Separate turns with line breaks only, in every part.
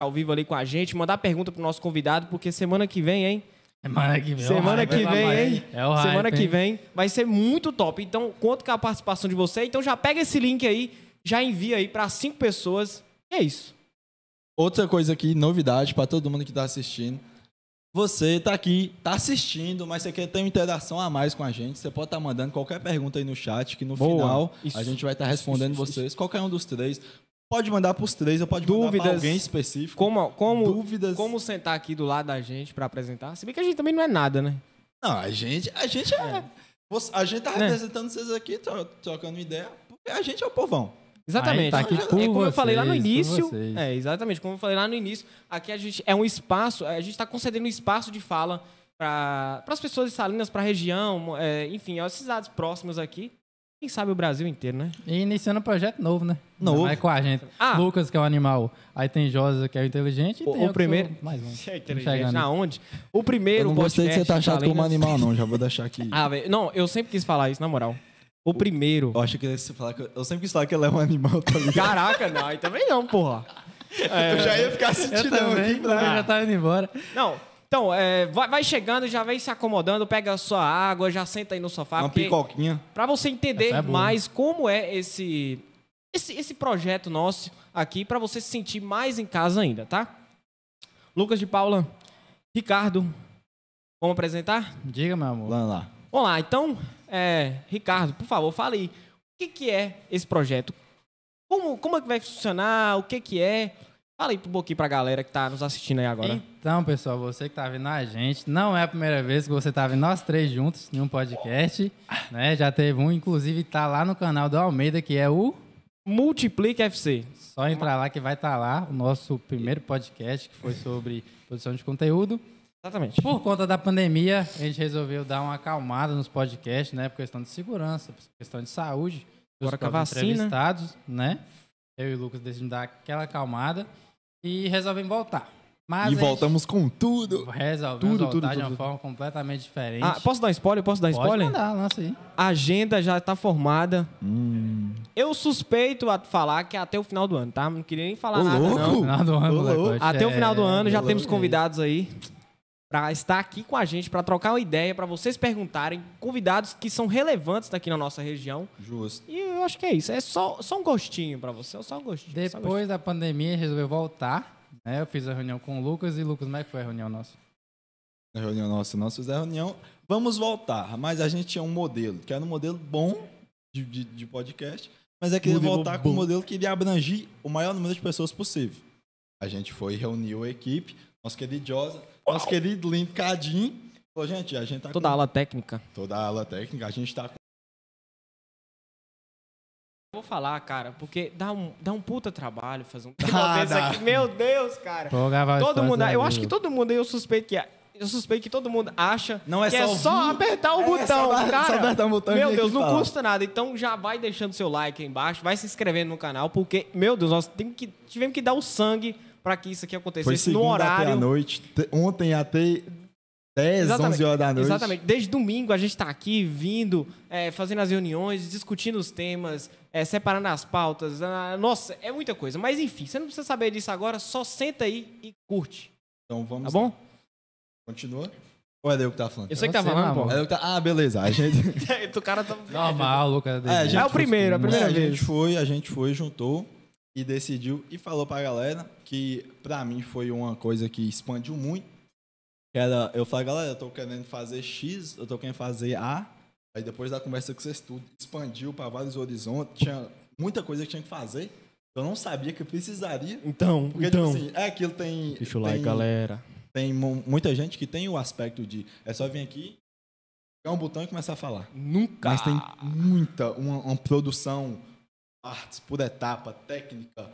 ao vivo ali com a gente, mandar pergunta pro nosso convidado, porque semana que vem, hein?
Semana que vem. é
Semana
ó,
que
vai
vem,
lá,
hein?
É o hype,
Semana que
hein?
vem vai ser muito top. Então, conto com a participação de você. Então, já pega esse link aí, já envia aí para cinco pessoas. E é isso.
Outra coisa aqui, novidade pra todo mundo que tá assistindo. Você tá aqui, tá assistindo, mas você quer ter uma interação a mais com a gente. Você pode estar mandando qualquer pergunta aí no chat, que no
Boa.
final
Isso.
a gente vai estar respondendo
Isso, isso,
vocês. Qualquer um dos três. Pode mandar pros três, eu pode mandar
Dúvidas.
pra alguém específico.
Como, como,
Dúvidas.
como sentar aqui do lado da gente para apresentar? Se bem que a gente também não é nada, né?
Não, a gente, a gente é. Você- a gente tá
É.
representando vocês aqui, tro- trocando ideia, porque a gente é o povão.
Exatamente.
tá aqui
É
por
como eu falei lá no
vocês, por
início.
vocês.
É, exatamente. Como eu falei lá no início, aqui a gente é um espaço, a gente está concedendo um espaço de fala para as pessoas de Salinas, para a região, é, enfim, as cidades próximas aqui. Quem sabe o Brasil inteiro, né?
E iniciando um projeto novo, né?
Novo.
Vai com a gente.
Ah.
Lucas, que é o animal. Aí tem Josa, que é o inteligente. E
O-
tem
o
eu, que
primeiro-
sou Mais um.
Você é
Chegando.
inteligente. Na onde? O primeiro
eu não gostei
podcast
de você estar achado
Salinas-
como animal, não. Já vou deixar aqui.
Ah, velho. Não, eu sempre quis falar isso, na moral. O primeiro.
Eu acho que você falar que eu, eu sempre quis falar que ela é um animal, tá ligado?
Caraca, não, aí também não, porra.
É. Eu já ia ficar
Eu
sentindo
também, eu
Ah.
já tava indo embora.
Não. Então, é, vai, vai chegando, já vem se acomodando, pega a sua água, já senta aí no sofá.
Uma
porque-
picoquinha.
Pra você entender
Essa é boa.
mais como é esse, esse esse projeto nosso aqui, pra você se sentir mais em casa ainda, tá? Lucas de Paula, Ricardo, vamos apresentar?
Diga, meu amor.
Lá, lá.
Vamos lá, então, é, Ricardo, por favor, fale aí. O que, que é esse projeto? Como, como é que vai funcionar? O que, que é? Fala aí um pouquinho pra galera que tá nos assistindo aí agora.
Então, pessoal, você que tá vindo a gente, não é a primeira vez que você tá vindo nós três juntos em um podcast, né? Já teve um, inclusive tá lá no canal do Almeida, que é o
Multiplica FC.
Só entrar lá que vai estar lá o nosso primeiro podcast que foi sobre produção de conteúdo.
Exatamente.
Por conta da pandemia, a gente resolveu dar uma acalmada nos podcasts, né? Por questão de segurança, por questão de saúde. dos
Agora com a
próprios
vacina.
entrevistados, né? Eu e o Lucas decidimos dar aquela acalmada e resolvemos voltar. Mas
Ah,
E
a
voltamos com tudo.
Gente resolvemos
Tudo,
voltar
tudo,
de
tudo,
uma
tudo.
forma completamente diferente.
Ah, posso dar um spoiler? Posso dar
Pode
spoiler?
mandar, lança aí.
A agenda já tá formada.
Hum.
Eu suspeito a falar que é até o final do ano, tá? Não queria nem falar
Ô,
nada, não.
louco!
Final do ano,
Ô,
moleque,
louco.
Uh, Até o final do ano já
é,
temos
é.
convidados aí pra estar aqui com a gente, pra trocar uma ideia, pra vocês perguntarem. Convidados que são relevantes daqui na nossa região.
Justo.
E eu acho que é isso. É só, só um gostinho pra você. É só um gostinho. só um gostinho.
Depois da pandemia, resolveu voltar. Né? Eu fiz a reunião com o Lucas e Lucas, como é que foi a reunião nossa?
Na reunião nossa, nós fizemos a reunião. Vamos voltar, mas a gente tinha um modelo, que era um modelo bom de, de, de podcast, mas é querer
Modelo
voltar com um
bom.
modelo que iria abranger o maior número de pessoas possível. A gente foi, reuniu a equipe, nosso querido Josa, nosso querido Lindo Cadim. Falou, gente, a gente tá
Toda a
com
aula técnica.
toda a ala técnica, a gente tá com.
Vou falar, cara, porque dá um, dá um puta trabalho fazer um
Ah,
desse
dá.
aqui. Meu Deus, cara.
Vou gravar
Todo mundo,
é,
eu acho que todo mundo, eu suspeito que eu suspeito que todo mundo acha
Não é
que
só
é só
ouvir,
apertar o
é
botão,
só dar-
cara.
só apertar o botão e
meu
vir
Deus,
aqui
não
falar.
custa nada. Então já vai deixando seu like aí embaixo, vai se inscrevendo no canal, porque meu Deus, nós temos que tivemos que dar o sangue pra que isso aqui
Foi
acontecesse
segunda
no
até a
horário.
noite, te- ontem até 10, 11 horas da noite.
Exatamente. Desde domingo a gente tá aqui vindo, é, fazendo as reuniões, discutindo os temas, é, separando as pautas. Ah, nossa, é muita coisa. Mas enfim, você não precisa saber disso agora, só senta aí e curte,
Então vamos.
tá bom?
Continua. Ou é eu que tá falando?
Eu sei que tá
Você,
falando,
meu
pô.
amor.
É eu que tá... Ah, beleza. A gente.
o cara tá.
Normal, Lucas.
É, gente,
É o primeiro, é a
É,
primeira
a
vez.
gente foi, a gente foi, juntou e decidiu e falou pra galera que pra mim foi uma coisa que expandiu muito. Que era, eu falei, galera, eu tô querendo fazer X, eu tô querendo fazer A. Aí depois da conversa com vocês tudo, expandiu pra vários horizontes, tinha muita coisa que tinha que fazer. Eu não sabia que eu precisaria.
Então,
Porque,
então.
tipo assim, é aquilo tem.
Deixa o
tem-
like, galera.
Tem mu- muita gente que tem o aspecto de é só vir aqui, pegar um botão e começar a falar.
Nunca.
Mas tem muita, uma, uma produção, artes por etapa, técnica.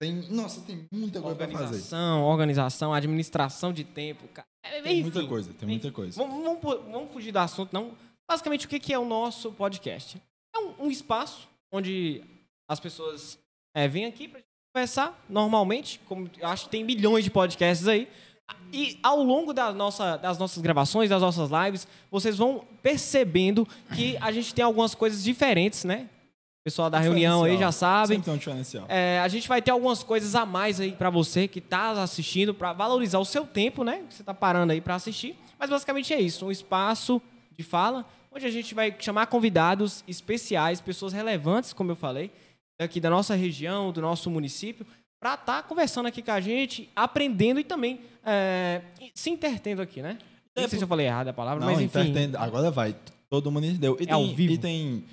Tem, nossa, tem muita coisa pra fazer.
organização, organização, administração de tempo. Cara. É
Tem
Enfim,
muita coisa, tem muita coisa.
Vamos, vamos pu- vamos fugir do assunto, não. Basicamente, o que que é o nosso podcast? É um, um espaço onde as pessoas é, vêm aqui pra gente conversar normalmente. Como eu acho que tem milhões de podcasts aí. E ao longo da nossa- das nossas gravações, das nossas lives, vocês vão percebendo que a gente tem algumas coisas diferentes, né? pessoal da reunião aí já sabem.
Sempre tem um diferencial.
É, a gente vai ter algumas coisas a mais aí pra você que tá assistindo, pra valorizar o seu tempo, né? Que você tá parando aí pra assistir. Mas basicamente é isso, um espaço de fala onde a gente vai chamar convidados especiais, pessoas relevantes, como eu falei, aqui da nossa região, do nosso município, pra estar conversando aqui com a gente, aprendendo e também é, se entretendo aqui, né? Não sei se eu falei errado a palavra, mas enfim.
entretendo. Agora vai. Todo mundo entendeu. E
É ao
tem-
vivo.
E tem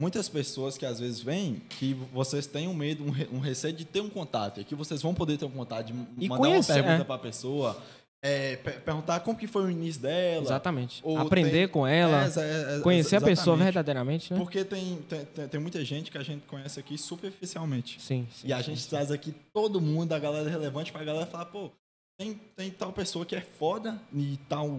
muitas pessoas que às vezes vêm que vocês têm um medo, um, re- um receio de ter um contato. E que vocês vão poder ter um contato, de
E
mandar
conhecer,
uma pergunta
é.
pra pessoa, é, per- perguntar como que foi o início dela.
Exatamente.
Ou
Aprender
tem-
com ela,
É, exa- é- é-
conhecer a pessoa
exatamente.
verdadeiramente, né?
Porque tem, tem, tem- tem muita gente que a gente conhece aqui superficialmente.
Sim, sim.
E a
sim,
gente
sim.
traz aqui todo mundo, a galera é relevante, pra galera falar, pô, tem, tem tal pessoa que é foda em tal,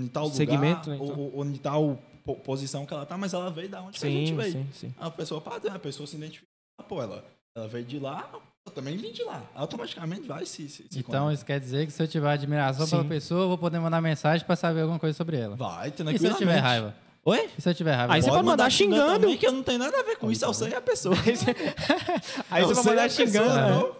em tal
Segmento, né,
lugar, ou-
então.
ou, ou em tal po- posição que ela tá, mas ela veio da onde que a gente
Sim,
veio.
sim, sim.
A pessoa padrão, a pessoa se identifica, "Ah, pô, ela, ela veio de lá, eu também vim de lá. Automaticamente vai se, se, se
Então isso quer dizer que se eu tiver admiração
Sim.
pela pessoa, eu vou poder mandar mensagem pra saber alguma coisa sobre ela.
Vai,
E se eu
tranquilamente.
tiver raiva?
Oi?
E se eu tiver raiva?
Aí você
Pode-
pode mandar xingando. então.
também, que eu não tenho nada a ver com isso, eu sei a pessoa.
Aí você vai
é
mandar xingando, né?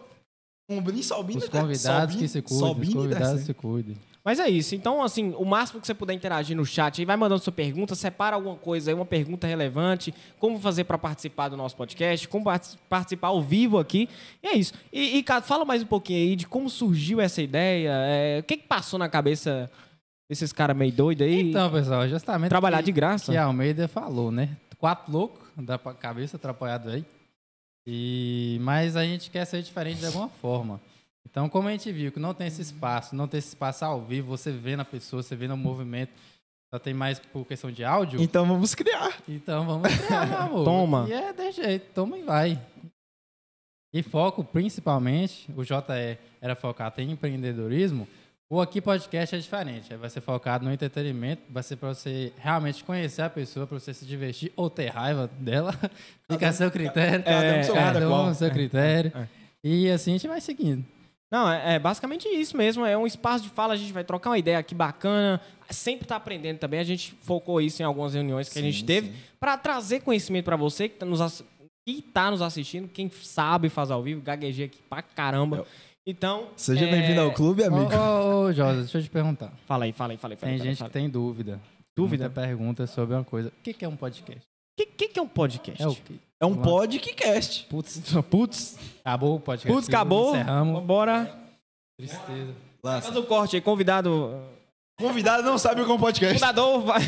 Um brinde salbindo.
Os convidados que se cuidem, os convidados se cuidem.
Mas é isso. Então, assim, o máximo que você puder interagir no chat aí, vai mandando sua pergunta, separa alguma coisa aí, uma pergunta relevante, como fazer pra participar do nosso podcast, como parti- participar ao vivo aqui. E é isso. E, e, cara, fala mais um pouquinho aí de como surgiu essa ideia, é, o que, que passou na cabeça desses caras meio doidos aí?
Então, pessoal, justamente.
trabalhar
que-
de graça.
que a Almeida falou, né? Quatro loucos, da pa- cabeça atrapalhado aí. E mas a gente quer ser diferente de alguma forma. Então, como a gente viu que não tem esse espaço, não tem esse espaço ao vivo, você vê na pessoa, você vê no movimento, só tem mais por questão de áudio.
Então vamos criar.
Então vamos criar, meu amor.
Toma.
E é, de jeito, toma e vai. E foco principalmente, o JE era focado em empreendedorismo, o Aqui Podcast é diferente. Aí Vai ser focado no entretenimento, vai ser para você realmente conhecer a pessoa, para você se divertir ou ter raiva dela. Fica a seu critério.
cada um seu cada
cada um
qual.
ao seu critério.
É.
E assim a gente vai seguindo.
Não, é, é basicamente isso mesmo. É um espaço de fala, a gente vai trocar uma ideia aqui bacana. Sempre tá aprendendo também. A gente focou isso em algumas reuniões que a
Sim,
gente teve
sim.
para trazer conhecimento para você que tá nos, ass- que tá nos assistindo, quem sabe faz ao vivo, gaguejei aqui pra caramba. Então.
Seja
é,
bem-vindo ao clube,
Ô,
amigo.
ô, ô, Josa, deixa eu te perguntar.
Fala aí, fala aí, fala aí. Fala
Tem
aí, fala aí,
gente que
fala aí.
tem dúvida.
Dúvida?
Muita pergunta sobre uma coisa. O que que é um podcast?
O que, que, que é um podcast?
É o quê?
É um podcast.
Putz,
É
putz,
Acabou o podcast.
putz, acabou.
Encerramos.
Bora.
Tristeza.
Faz o corte aí, convidado.
Convidado não sabe o que é um podcast.
Fundador, vai-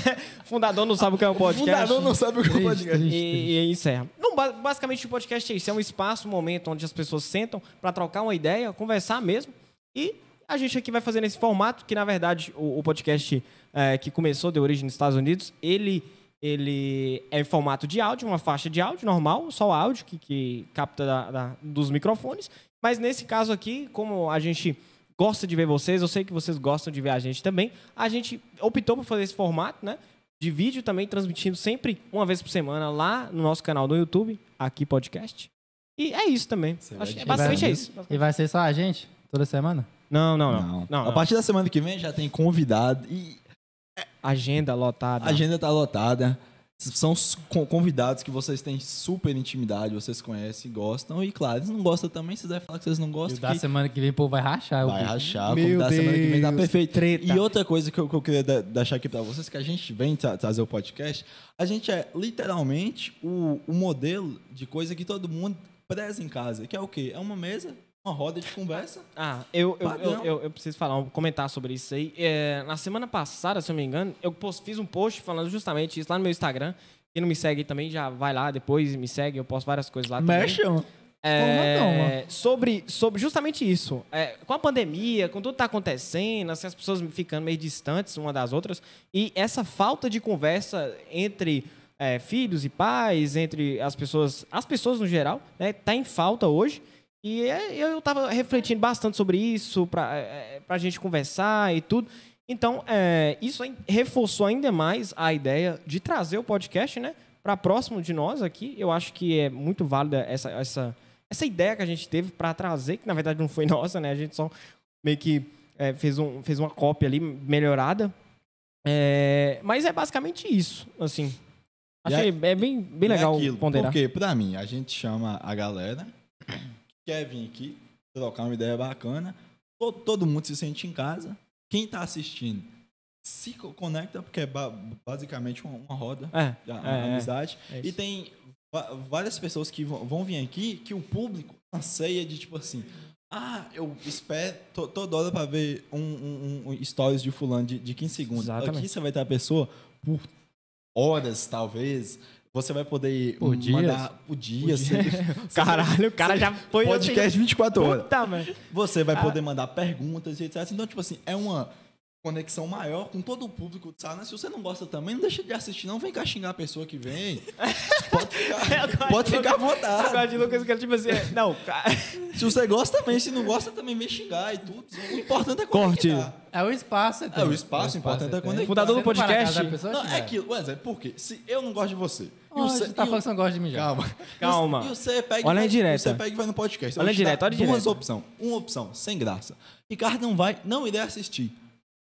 fundador não sabe o que é um podcast.
Fundador não sabe o que é um
Triste,
podcast.
triste.
E, e encerra. Não, ba- basicamente o podcast é isso. É um espaço, um momento onde as pessoas sentam para trocar uma ideia, conversar mesmo. E a gente aqui vai fazer nesse formato, que na verdade o, o podcast eh, que começou, deu origem nos Estados Unidos, ele, ele é em formato de áudio, uma faixa de áudio normal, só áudio que, que capta da- da- dos microfones. Mas nesse caso aqui, como a gente gosta de ver vocês, eu sei que vocês gostam de ver a gente também, a gente optou por fazer esse formato, né? de vídeo também, transmitindo sempre uma vez por semana lá no nosso canal do YouTube, aqui podcast. E é isso também.
Você vai
Acho que é
de-
basicamente é
vai-
isso.
E vai ser só a gente? Toda semana?
Não, não, não. não,
A
não.
partir da semana que vem já tem convidado e
Agenda lotada.
a agenda tá lotada. São os con- convidados que vocês têm super intimidade, vocês conhecem, gostam. E claro, eles não gostam também, se der falar que vocês não
E
gostam.
o da
que-
semana que vem o povo vai rachar. o
Vai
bico.
rachar,
Meu
como da semana que vem tá
Deus,
perfeito.
É treta.
E outra coisa que eu, que eu queria da- deixar aqui pra vocês, que a gente vem tra- trazer o podcast, a gente é literalmente o, o modelo de coisa que todo mundo preza em casa, que é o quê? É uma mesa, uma roda de conversa.
Ah, eu, eu,
Padrão.
eu, eu- eu preciso falar, um- comentar sobre isso aí. É, na semana passada, se eu não me engano, eu pos- fiz um post falando justamente isso lá no meu Instagram. Quem não me segue também já vai lá depois e me segue. Eu posto várias coisas lá também. É,
Toma,
Sobre, sobre justamente isso. É, com a pandemia, com tudo que tá acontecendo, assim, as pessoas ficando meio distantes uma das outras, e essa falta de conversa entre é, filhos e pais, entre as pessoas, as pessoas no geral, né, tá em falta hoje. E é, eu tava refletindo bastante sobre isso, pra, é, pra gente conversar e tudo. Então, é, isso aí reforçou ainda mais a ideia de trazer o podcast, né? Para próximo de nós aqui. Eu acho que é muito válida essa, essa, essa ideia que a gente teve para trazer, que na verdade não foi nossa, né? A gente só meio que é, fez, um, fez uma cópia ali melhorada. É, mas é basicamente isso, assim.
E
Achei é bem, bem
E é
legal
aquilo,
ponderar.
Porque, pra mim, a gente chama a galera que quer vir aqui, trocar uma ideia bacana, to- todo, mundo se sente em casa, quem tá assistindo se co- conecta, porque é ba- basicamente uma, uma roda,
É,
a- a
é, é.
amizade.
É
e
isso.
tem va- várias pessoas que vão, vão vir aqui que o público anseia de, tipo assim, ah, eu espero to- toda hora pra ver um, um- um- um stories de fulano de, de 15 segundos.
Exatamente.
Aqui você vai ter a pessoa por horas, talvez. Você vai poder
Por
mandar por dias.
é. Caralho, o cara já foi... assim.
Podcast 24 horas.
Puta, mano.
Você vai
Ah.
poder mandar perguntas e etc. Então, tipo assim, é uma conexão maior com todo o público de Sarna. Se você não gosta também, não deixa de assistir, não. Vem cá xingar a pessoa que vem. Pode
É,
ficar, pode ficar à
Eu gosto
vontade.
de Lucas que era tipo assim... é, Não, cara...
Se você gosta também, se não gosta também, vem xingar e tudo. O importante é
Corte.
conectar.
É o espaço, tá
É o espaço, o importante é quando
quando
ele-
Fundador do
Você
podcast...
Não, é aquilo. Ué, Zé, por quê? Se eu não gosto de você... e
Você tá
e
falando que você né? não gosta de mijar.
Calma.
Calma.
E você pega e
Olha a
vai-
indireta.
Você pega e vai no podcast. Eu
Olha
vou
a
te dar
indireta, olha a
Duas
indireta.
opções. Uma opção, sem graça. Ricardo não vai, não irei assistir.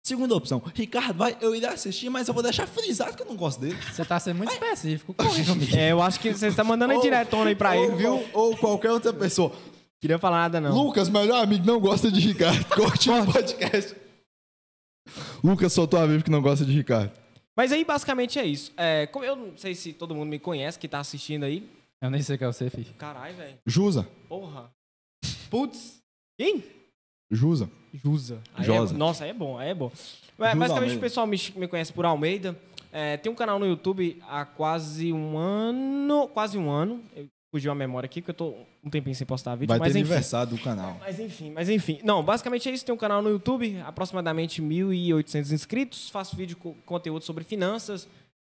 Segunda opção, Ricardo vai, eu irei assistir, mas eu vou deixar frisado que eu não gosto dele.
Você tá sendo muito específico. Corre comigo.
É, eu acho que você está mandando a
Ou-
diretona aí pra
ou
ele, viu?
qual- Ou qualquer outra pessoa.
Queria falar nada, não.
Lucas, melhor amigo, não gosta de Ricardo. Corte o podcast. Lucas soltou a Bíblia que não gosta de Ricardo.
Mas aí, basicamente, é isso. É, como eu não sei se todo mundo me conhece que tá assistindo aí.
Eu nem sei o que é você, filho.
Caralho, velho.
Jusa,
Porra. Putz. Quem?
Jusa.
Jusa. Aí é,
Josa.
nossa, aí é bom, aí é bom. Mas,
Jusa
basicamente,
Almeida.
o pessoal me, me conhece por Almeida. É, tem um canal no YouTube há quase um ano. Quase um ano. Eu- Fugiu a memória aqui, porque eu tô um tempinho sem postar vídeo.
Vai
mas
ter
enfim.
aniversário do canal.
Mas enfim, mas enfim. Não, basicamente é isso. Tem um canal no YouTube, aproximadamente 1.800 inscritos. Faço vídeo com conteúdo sobre finanças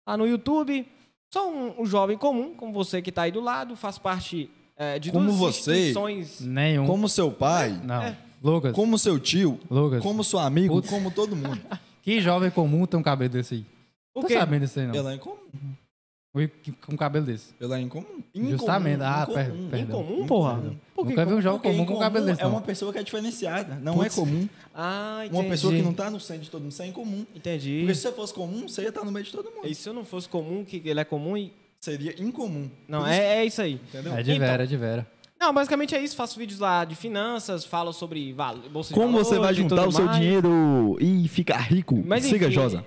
lá no YouTube. Sou um, um jovem comum, como você que tá aí do lado. Faço parte eh, de
Como
duas
você. Hum.
instituições.
Nenhum.
Como seu pai,
Não. Lucas,
como seu tio,
Lucas.
como seu amigo,
Putz.
como todo mundo.
Que jovem comum tem um cabelo desse aí?
O
Tô
quê?
Tá sabendo desse aí, não.
Ela é incomum.
Ui, que- Com um cabelo desse.
Ela é incomum.
Justamente.
Incomum,
Ah, per-
incomum.
perdão.
Comum, porra? Por que
Nunca vi um jovem
Porque
comum com um
incomum
cabelo desse,
É uma
não.
pessoa que é diferenciada. Não
Putz.
é comum.
Ah, entendi.
Uma pessoa que não tá no centro de todo mundo, você é incomum.
Entendi.
Porque se você fosse comum, você ia estar no meio de todo mundo.
E se eu não fosse comum, que ele é comum e...
Seria incomum.
Não,
Por isso-
é, é isso aí.
Entendeu?
É de
Então.
vera, é de vera.
Não, basicamente é isso. Faço vídeos lá de finanças, falo sobre val- bolsa de
Como você é vai
valores e
juntar
tudo
o seu
mais.
dinheiro e ficar rico?
Mas,
Siga
enfim,
Josa.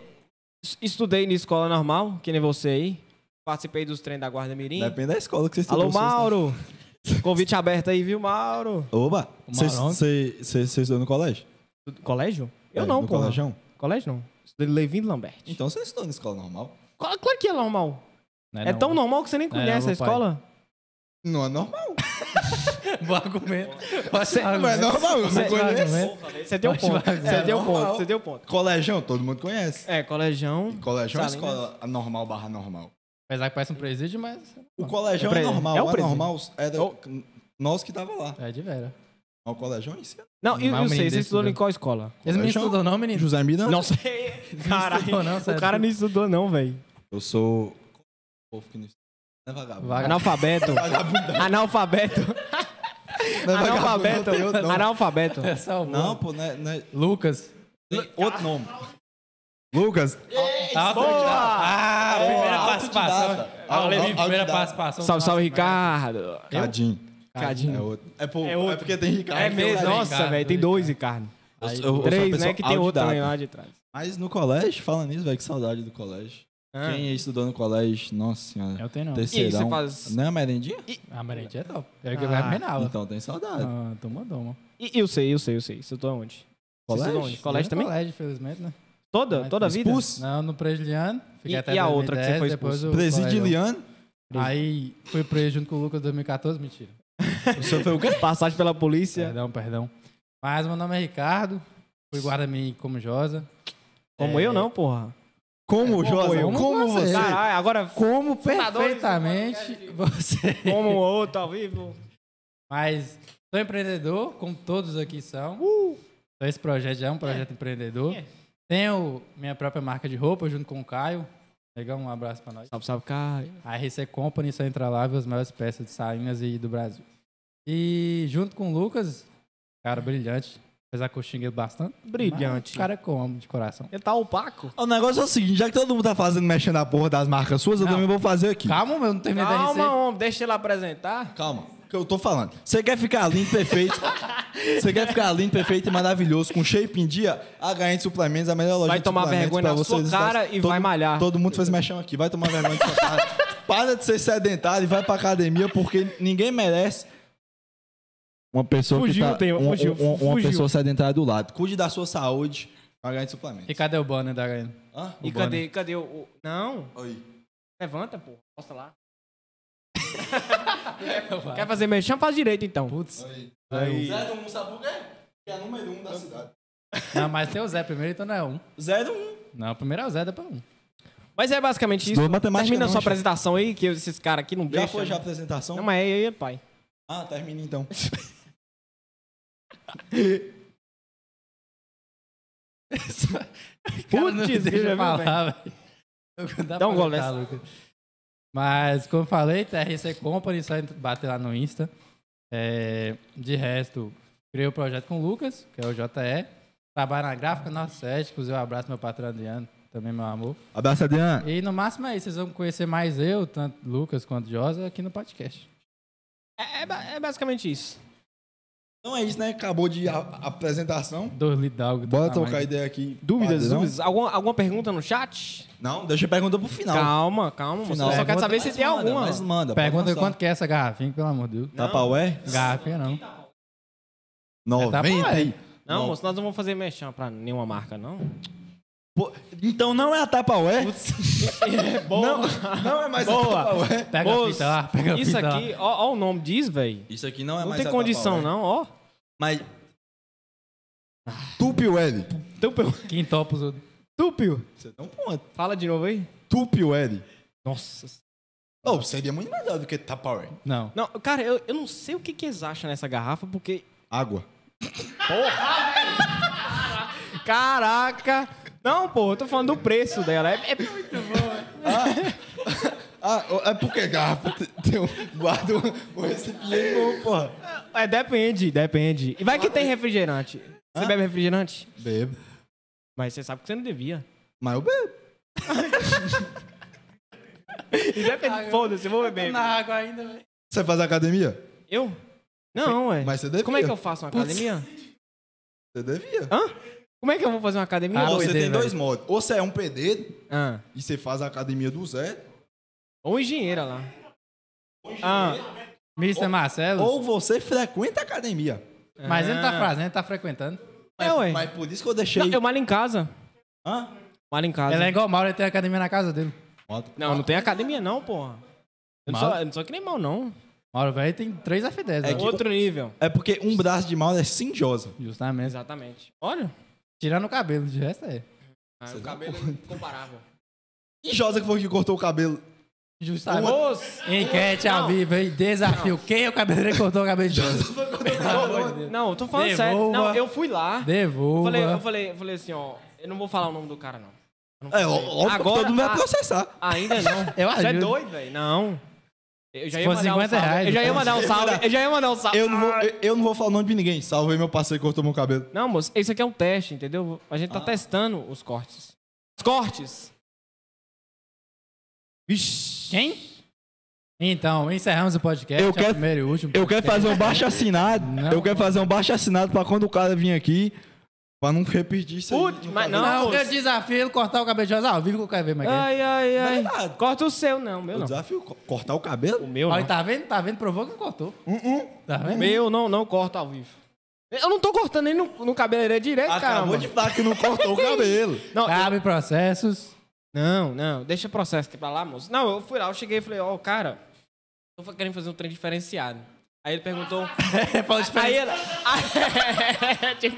es- Estudei na escola normal, que nem você aí. Participei dos treinos da Guarda Mirim.
Depende da escola que você estudou.
Alô, Mauro! Convite aberto aí, viu, Mauro?
Oba!
O
Você
Mauro.
você- você- você estudou no colégio?
Colégio? Eu
É,
não,
no
pô. Colégio?
colegião?
não. Estudei Levindo Lambert.
Então você não estudou na escola normal.
Claro, claro que é normal.
Não
É,
não.
tão normal que você nem
Não é
conhece a
não, papai.
escola.
Não é normal.
Bom argumento.
Ah,
Não é normal, eu não
Você-
conheço.
Você deu
Pode
ponto.
vai,
Você
é
deu
normal.
ponto. Você deu ponto.
Colegião, todo mundo conhece.
É, colegião.
Colegião é
Sabe, né?
escola normal barra normal.
Apesar que parece um presídio, mas.
O colegião
É
é,
presídio.
normal,
É
é
um presídio.
normal era
Oh.
nós que tava lá.
É de vera.
O é colegião em si.
Não, e
Mas o
não sei,
menino
você estudou em
estudou.
qual escola?
Esse menino estudou, não, menino?
José Miranda.
Não sei. Caralho,
estudou, não,
o
sério.
cara não estudou não, velho.
Eu sou povo que não é vagabundo.
Vaga-
Analfabeto. Analfabeto.
Não é
Analfabeto.
não tem outro nome.
Analfabeto.
Salvou.
Não, pô, né, né,
é Lucas.
tem
Ah.
outro nome. Lucas.
Boa!
Primeira tá
Boa,
participação.
autodidata.
Ah, Levi,
Autodidata.
primeira participação.
Salve, salve, Ricardo.
Cadinho. É
Cadinho.
outro. É, pô,
É
é,
outro.
porque tem Ricardo.
É
que
mesmo,
eu-
nossa,
Ricardo,
velho. Tem
Ricardo.
dois, Ricardo.
Eu
Aí,
sou- eu sou uma
Três, né?
pessoa
Que tem outro
autodidata.
também lá de trás.
Mas no colégio, falando nisso, velho, que saudade do colégio.
Ah.
Quem estudou no colégio, nossa senhora.
Eu tenho não.
Terceirão.
E aí, você faz-
Não é merendinha?
A Marente é top. É que vai
Ah,
menala.
Então tem saudade.
Ah, toma, toma.
E eu sei, eu sei, eu sei. Você estudou onde?
Colégio?
Você estudou onde? Colégio também?
Colégio, infelizmente, né?
Toda?
Mas
Toda a vida?
Expulso?
Não, no Presidiano. Fiquei
E-
até
e a outra que você
2010,
foi
depois
expulso?
é o colegão.
Presidiliano.
Aí fui preso junto com o Lucas em 2014. Mentira.
O senhor foi o quê? Passagem pela polícia.
Perdão, perdão. Mas meu nome é Ricardo. Fui guarda-mirim como Josa.
Como
É,
eu não, porra.
Como,
É,
Josa?
eu,
Como,
como assim?
você?
você?
Caralho, agora
Como
Fundadores do
perfeitamente você.
como um outro ao vivo.
Mas sou empreendedor, como todos aqui são. Então esse projeto já é um projeto empreendedor.
Uh! É.
Tenho minha própria marca de roupa junto com o Caio. Legal, um abraço pra nós.
Salve, salve, cara.
A RC Company só entra lá ver as maiores peças de sainhas e do Brasil. E junto com o Lucas, cara brilhante, Apesar que eu xinguei bastante.
Brilhante.
mas O cara que eu amo de coração.
Ele tá opaco.
O negócio é o seguinte, já que todo mundo tá fazendo, mexendo na porra das marcas suas, eu
Não.
também vou fazer aqui.
Calma, meu, não terminei da
Calma,
receita.
homem, deixa ele apresentar.
Calma, que eu tô falando. Você quer ficar lindo, perfeito? Você quer ficar lindo, perfeito e maravilhoso, com shape em dia? A HN Suplementos é a melhor loja
Vai
de
tomar
suplementos
vergonha
pra
na sua
vocês.
cara e
Todo-
vai malhar.
Todo mundo fez mexão aqui. Vai tomar vergonha na sua cara. Para de ser sedentário e vai pra academia, porque ninguém merece uma pessoa
Fugiu
que
o
tá,
tema,
uma,
fugiu,
uma- uma
fugiu.
pessoa sedentária do lado. Cuide da sua saúde, a HN Suplementos. Ah,
E cadê o banner da HN?
Hã?
E
O
cadê, cadê o, o- Não,
Oi.
levanta, pô. Mostra lá. Quer fazer mexão? Faz direito, então.
Putz.
Aí.
01, sabe por quê? Que é número 1 um da cidade.
Não, mas tem o Zé primeiro, então não é um.
01.
Não, primeiro é o Zé, depois é um.
Mas é basicamente isso.
Estudou matemática
Termina
não,
né,
sua
chefe.
apresentação aí, que esses caras aqui não
Já
deixam.
foi já a
né?
apresentação?
Não, mas é, é, é, pai.
Ah, termina então.
Cara, não
Putz,
deixa
já
eu
viu,
falar, velho. Dá pra
um gole
aguentar, Lucas. Mas, como eu falei, TRC Company, só entra- bater lá no Insta. É, de resto, criei o projeto com o Lucas, que é o JE. Trabalho na gráfica, nossa, éticos. Eu abraço meu patrão Adriano, também meu amor.
Abraço, Adriano.
E no máximo é isso, vocês vão conhecer mais eu, tanto Lucas quanto Josa, aqui no podcast.
É, é ba- é basicamente isso.
Então é isso, né? Acabou de a, a apresentação.
Dois lidalgo.
Bora trocar ideia aqui.
Ah, Dúvidas,
Padrão.
dúvidas. Alguma, alguma pergunta no chat?
Não, deixa a pergunta pro final.
Calma, calma. moço.
Final. É,
Eu só quero
Pergunta-
saber se
Mas
tem
manda,
alguma.
Mas manda. pode
Pergunta
lançar.
quanto que é essa garrafinha, pelo amor de Deus.
Tupperware?
Garrafinha não.
É
Noventa aí.
Não,
Não.
moço, nós não vamos fazer mexão pra nenhuma marca, não.
Pô, Então não é a Tupperware?
É boa.
Não é mais
Boa.
a Tupperware.
Pega a fita lá, pega a
Isso
fita lá.
aqui, ó, ó o nome diz, velho.
Isso aqui não é
Não
mais
tem
a
condição,
Tupperware.
não, ó.
Mas... Tupperware.
Tupil.
Quem topa os outros?
Tupil.
Você não pode.
Fala de novo aí.
Tupperware.
Nossa.
Oh, seria muito melhor do que Tupperware.
Não.
Não, cara, eu, eu não sei o que, que eles acham nessa garrafa, porque.
Água.
Caraca! Não, pô, eu tô falando do preço dela. É, é-
Ah, é porque garrafa te- tem um, guarda um, um recipiente novo, porra.
é, depende, depende. E vai que tem refrigerante. Você bebe refrigerante?
Bebo.
Mas você sabe que você não devia.
Mas eu bebo.
Independente, foda-se, eu vou beber.
água ainda, velho.
Você faz academia?
Eu? Não, ué.
Mas você devia.
Como é que eu faço uma academia?
Você devia.
Hã? Como é que eu vou fazer uma academia?
Ah,
Ou você
doideira,
tem
velho.
dois modos. Ou você é um PD
Ah,
e você faz a academia do zero.
ou engenheira lá. Ah,
Mr. Marcelo.
Ou você frequenta a academia.
Mas ele não tá
Ah.
fazendo, ele tá frequentando.
é, ué.
Mas por isso que eu deixei.
Não, eu malho em casa.
Hã?
Malho em casa.
Ele é igual o Mauro, ele tem academia na casa dele.
Não, não tem academia não, porra. Eu não,
Mal?
sou, eu não sou que nem mal, não.
Mauro, velho, tem 3 F10,
É
velho.
que-
Outro nível.
É porque um braço de mal é cinjosa.
Justamente.
Exatamente. Olha.
Tirando o cabelo, de resto é.
Ah,
Você
o
tá
cabelo comparável.
Injosa que foi que cortou o cabelo.
Justamente.
Moço!
Enquete ao
Não.
vivo, hein? Desafio. Quem é o cabeleireiro que cortou o cabelo de Josa? Pelo amor de Deus.
Não, eu tô falando
Devolva.
sério. Não, eu fui lá. Eu
Devolva.
falei, eu, falei, eu falei assim, ó. Eu não vou falar o nome do cara, não.
É, ó- óbvio
Agora,
que todo mundo
ah,
vai processar.
Ainda não.
Eu
Você é
ajudo.
doido, velho? Não. Eu já
Se
ia
fosse
mandar um
50
salve.
reais,
eu já ia
então.
mandar um salve. Eu já ia mandar um salve.
Eu não, vou, eu, eu não vou falar o nome de ninguém. Salvei meu parceiro que cortou meu cabelo.
Não, moço, isso aqui é um teste, entendeu? A gente tá testando os cortes. Os cortes! Vixi!
Quem? Então, encerramos o podcast.
Eu
é o
quero-
primeiro e último.
Eu quero fazer um baixo assinado.
Não.
Eu quero fazer um baixo assinado pra quando o cara vir aqui. Pra não repetir isso aí.
Putz,
no
mas
cabelo.
Não,
Não, Ah,
o grande desafio é ele cortar o cabelo de Josa ao vivo que eu quero ver, mas.
Ai, ai, ai.
Verdade.
Corta o seu, não, meu
O
não.
desafio co- cortar o
O
cabelo?
meu
Olha,
não.
tá vendo? Tá vendo? Provou que cortou. Tá
O
vendo?
meu não, não corta ao vivo. Eu não tô cortando nem no, no cabeleireiro direito,
Acabou
caramba.
de falar que não cortou o cabelo.
Não, eu-
Cabe processos.
não, não, deixa o processo aqui pra lá, moço. Não, eu fui lá, eu cheguei e falei, ó, cara, tô fa- querendo fazer um trem diferenciado. Aí ele perguntou. Aí
é
ele. Aí, tipo,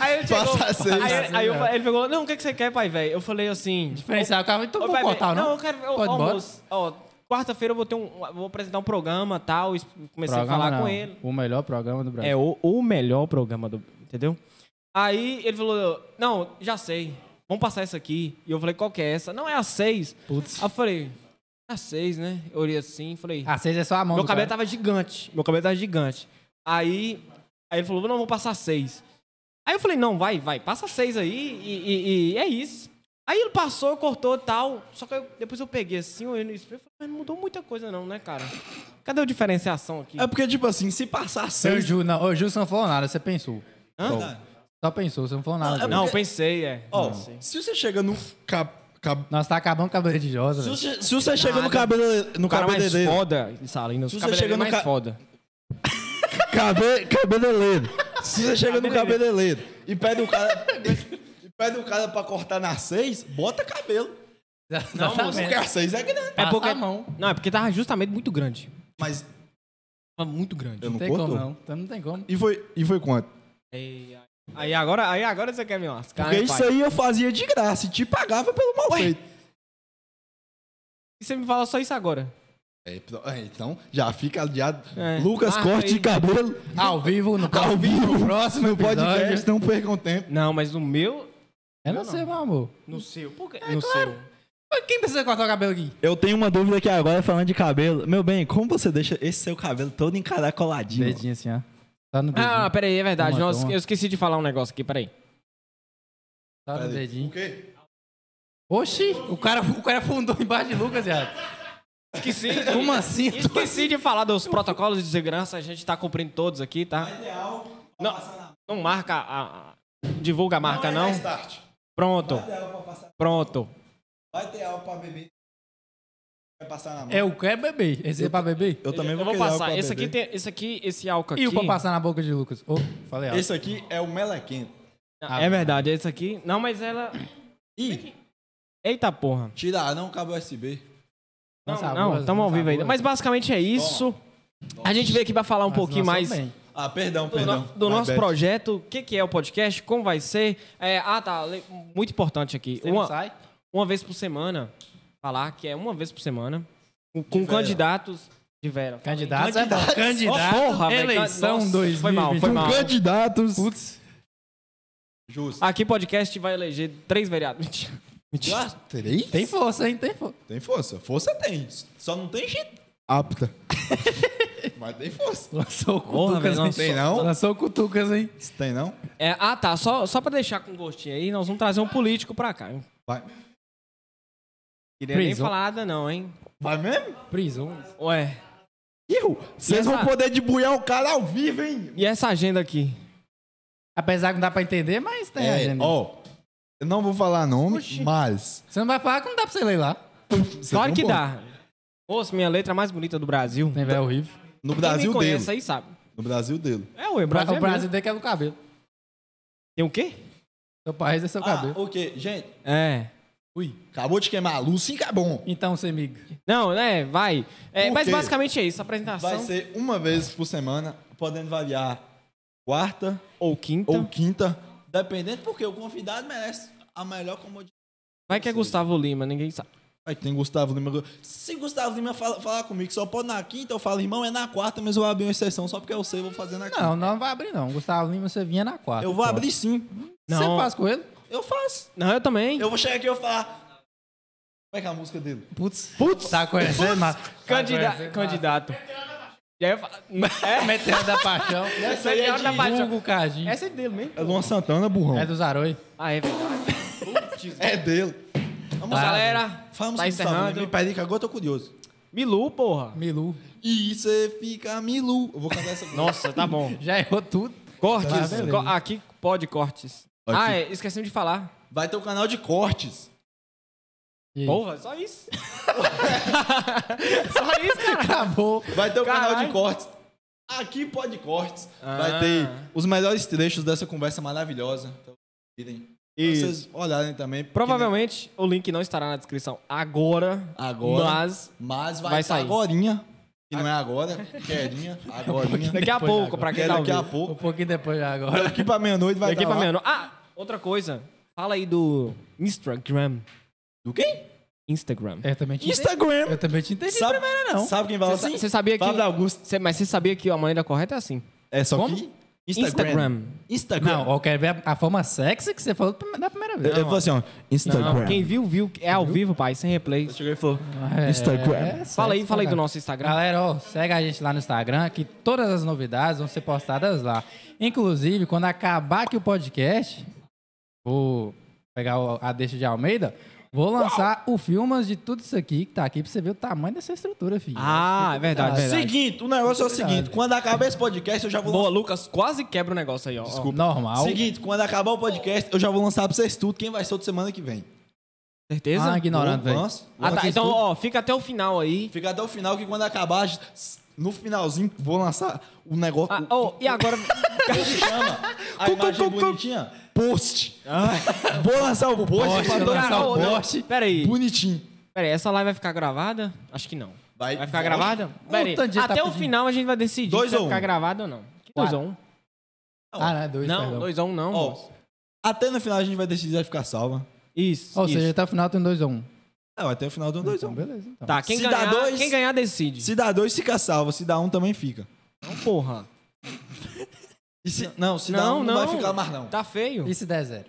aí ele chegou.
Passa a ser
Aí, ele-
isso,
aí eu
né?
fa- ele pegou, não, o que, que você quer, pai, velho? Eu falei assim.
Diferencial, o cara, então
Ô,
vamos
pai,
cortar,
velho,
não?
eu quero. Ó,
Pode
ó,
bora.
moço, ó, quarta-feira eu vou ter um. Vou apresentar um programa tal. e Comecei
Programa
a falar
não.
com ele.
O melhor programa do Brasil.
É o, o melhor programa do. Entendeu? Aí ele falou: Não, já sei. Vamos passar essa aqui. E eu falei: Qual que é essa? Não, é a seis.
Putz.
Aí eu falei: A seis, né? Eu olhei assim falei:
A seis é só a mão
Meu
do
cabelo
cara.
tava gigante. Meu cabelo tava gigante. Aí, aí ele falou: Não, vou passar seis. Aí eu falei, não, vai, vai, passa seis aí e, e- e é isso. Aí ele passou, cortou e tal. Só que eu- depois eu peguei assim, olhei no espelho e falei, mas não mudou muita coisa não, né, cara? Cadê a diferenciação aqui?
É porque, tipo assim, se passar
Eu
seis.
juro, não, ô, Ju, você não falou nada, você pensou.
Hã?
Só pensou, você não falou nada.
Não, é
Ju.
Não, eu pensei, é.
Ó,
Não sei.
se você chega no. Cap, cap-
Nós tá acabando com a brilhosa,
se
velho.
você, se você chega no
Nada.
cabelo. No
O cara é mais
cabeleireiro.
foda de Salinas.
Se
O
você
cara
chega no
mais
ca-
foda.
Cabe, cabeleireiro. Se você chega no cabeleireiro e pede o cara. e pede o cara pra cortar na seis, bota cabelo. Tá
Não,
Exatamente.
Porque a seis é grande.
É
Passa
porque-
a mão.
Não, é porque tava justamente muito grande.
Mas
Tava muito grande.
eu
Não
não
tem
corto.
como, não. Então não tem como.
E foi, e foi quanto?
Aí, aí agora, aí agora você quer me lascar,
Porque
né,
isso
pai?
aí eu fazia de graça e te pagava pelo mal feito.
E você me fala só isso agora.
É, então- é, então, já fica aliado.
É.
Lucas,
Marca
corte
aí.
de cabelo.
Ao vivo, no
Ao vivo,
no próximo
no podcast,
episódio.
não percam tempo.
Não, mas no meu...
Eu não sei, meu amor.
No seu. Por quê?
no seu. Mas Quem precisa cortar o cabelo aqui?
Eu tenho uma dúvida aqui agora, falando de cabelo. Meu bem, como você deixa esse seu cabelo todo encaracoladinho?
Dedinho assim, ó. Só no dedinho.
Ah, peraí, é verdade.
Toma,
Nossa,
toma.
Eu esqueci de falar um negócio aqui, peraí.
Só tá
tá
no dedinho.
quê?
Oxi, o cara, o cara fundou embaixo de Lucas, viado.
Esqueci.
Como assim?
Esqueci de falar dos protocolos de segurança, a gente tá cumprindo todos aqui, tá? Não, não marca a. a- Divulga a marca, não. é Pronto, pronto.
Vai ter álcool pra beber. Vai passar na mão.
É o que é beber. Esse é pra beber?
Eu também
Eu
vou,
vou
querer álcool
passar.
pra
Esse aqui
beber.
tem. Esse aqui, esse álcool aqui.
E o pra passar na boca de Lucas? Ô, falei, ó.
Esse aqui é o melequento.
Ah,
É verdade, esse aqui. Não, mas ela.
Ih,
Eita porra.
tiraram o cabo USB.
Não,
Nossa, tá
não,
boa,
estamos ao
nossa,
vivo ainda.
boa.
Mas basicamente é isso. A gente veio aqui pra falar um
Mas
pouquinho
nós
mais.
tamo bem.
Ah, perdão,
do,
perdão.
no- do
My
nosso
bad.
projeto, o que, que é o podcast, como vai ser. É, ah, tá. le- Muito importante aqui.
Você não
Uma,
sai?
uma vez por semana. Falar que é uma vez por semana. Com, com
Vera.
candidatos de Vera.
Candidatos é bom.
Candidato,
Candidato. eleição
Nossa,
2020.
Foi mal, foi mal. Ah,
Candidatos.
Putz.
Justo.
Aqui podcast vai eleger três vereadores. Mentira. Mentira.
Ah, três?
Tem força, hein? Tem força.
Tem força. Força tem. Só não tem gente apta. Mas tem força.
Lançou o
Porra,
cutucas,
velho,
hein?
lançou-
Tem não?
Lançou o cutucas, hein?
Isso tem não?
É, ah, tá. Só, só pra deixar com gostinho aí, nós vamos trazer um político pra cá. Eu
Vai.
Queria nem
Prisão.
falar nada, não, hein?
Vai mesmo?
Prisões.
Ué.
Iu, vocês
essa-
vão poder debulhar o cara ao vivo, hein?
E essa agenda aqui?
Apesar que não dá pra entender, mas tem
É,
agenda.
É, ó. Eu não vou falar nome,
Oxi.
mas. um
Você não vai falar que não dá pra você ler lá.
vocês
Claro
vão
que
pôr.
dá. Nossa, minha letra é mais bonita do Brasil.
Tem véio horrível.
No
Quem
Brasil
me
dele.
conhece aí sabe.
No Brasil dele.
É, ué, Brasil.
Brasil
é
o Brasil tem que é o cabelo.
meu. Tem o quê?
Seu país é
Ah,
seu cabelo.
Ah, ok. Gente,
É.
Ui.
acabou de queimar a luz, sim, que é bom.
Então, seu amigo.
Não, né? Vai. É,
Por
mas
quê?
basicamente é isso. Apresentação.
Vai ser uma vez por semana, podendo variar quarta
Ou quinta.
ou quinta, Então. dependendo, porque o convidado merece a melhor comodidade.
Vai que é Gustavo Lima, ninguém sabe.
Aí tem Gustavo Lima. Se Gustavo Lima fala- falar comigo, só pode na quinta, eu falo, irmão, é na quarta, mas eu vou abrir uma exceção só porque eu sei, eu vou fazer na quinta.
Não, não vai abrir, não. Gustavo Lima, você vinha na quarta.
eu vou
Pronto.
abrir sim.
Você
Não.
faz com ele?
Eu faço.
Não, eu também.
Eu vou chegar aqui e eu vou falar. Como é que é a música dele?
Putz. Putz. né? Tá conhecendo, mas...
Candida- Candidato. E aí eu falo- É,
Meteoro da Paixão. Tá
Essa aí é de
da Paixão. Hugo Cardinho.
essa é dele mesmo.
É Luan Santana, burrão.
É do Zaroi.
Ah, é verdade.
É dele.
Tá,
Vamos lá.
galera. tá
Fala música do Gustavo Lima.
encerrando.
Me peraí que agora eu tô curioso.
Milu, porra.
Milu.
E você fica milu. Eu vou cantar essa música.
Nossa, tá bom.
Já errou tudo. Tá,
Cortes.
beleza.
Co- aqui pode cortes.
Aqui.
Ah, é, esquecemos de falar.
Vai ter o canal de cortes.
E aí?
Porra, só isso. só isso, cara.
Acabou.
Vai ter o canal
Caralho.
de cortes. Aqui pode cortes.
Ah.
Vai ter os melhores trechos dessa conversa maravilhosa. Então, irem. Pra vocês olharem também. porque
Provavelmente o link não estará na descrição agora.
Agora.
Mas
nem- Mas vai,
vai
sair
sair. Ah.
agorinha. Que não é agora. Querinha. Agorinha.
daqui a
Depois
pouco,
agora.
pra
Que
quem
é
tá
daqui a
ouvindo.
Um
pouco.
pouquinho depois já agora.
Daqui pra meia-noite vai
Daqui
tá
pra
lá.
meia-noite. Ah, outra coisa. Fala aí do Instagram.
Do quê?
Instagram.
Eu também te entendi.
Instagram.
Eu também te entendi.
Sabe,
primeiro, não.
sabe quem É, fala assim?
Você sabia que...
Fábio Augusto.
Cê- mas você sabia que a maneira correta é assim.
É só
Como?
que
Instagram.
Instagram.
Não, eu quero ver a, a forma sexy que você falou da primeira
eu,
vez.
eu falei assim, ó. Instagram.
Não, quem viu, viu. É ao vivo, pai, sem replay.
Ele chegou e falou,
É,
Instagram.
é
Fala aí,
sexy,
fala aí do
cara.
nosso Instagram.
Galera, ó, segue a gente lá no Instagram, que todas as novidades vão ser postadas lá. Inclusive, quando acabar aqui o podcast, vou pegar o- a deixa de Almeida, vou lançar o filmas de tudo isso aqui que tá aqui pra você ver o tamanho dessa estrutura, filho.
Ah, é verdade, é verdade.
Seguinte, o negócio é o seguinte. Quando acabar esse podcast, eu já vou
Boa, Lucas, quase quebra o negócio aí, ó.
Desculpa. Normal.
Seguinte, quando acabar o podcast, eu já vou lançar pra vocês tudo. Quem vai ser outro semana que vem.
Ó, certeza?
Ah, ignorante,
Eu
velho.
lanço,
Ah,
lanço
tá.
isso
Então,
tudo.
ó, fica até o final aí.
Fica até o final, que quando acabar, no finalzinho, vou lançar o negócio.
Ah, ó, e agora.
Como que chama? A
Cu, cu,
imagem
cu, cu.
bonitinha? Post. Vou lançar o post. pra
Post,
todo
lançar
Cara,
o
ô, não,
post.
Pera aí.
Bonitinho.
Pera aí, essa live vai ficar gravada? Acho que não.
Vai-
Vai ficar
vai.
gravada?
Um
Pera aí.
tanto de gente
Até
tá
o
pedindo.
final a gente vai decidir
Dois
se vai
ou um?
ficar gravada ou não. Que dois
Quatro.
ou um?
Ah, não, é dois,
não,
perdão.
dois ou um não.
Ó,
moço.
até no final a gente vai decidir se vai ficar salva.
Isso.
Ou
isso.
seja, até o final tem dois ou um.
É, até o final do 2
Então,
1
beleza. então.
tá, quem
se dá
ganhar,
dois-
quem ganhar decide.
Se dá dois, fica salva. Se dá um, também fica.
Não, porra.
E se- não, se dá
Não,
um,
não.
não, vai ficar mais, não.
Tá feio.
E se der zero?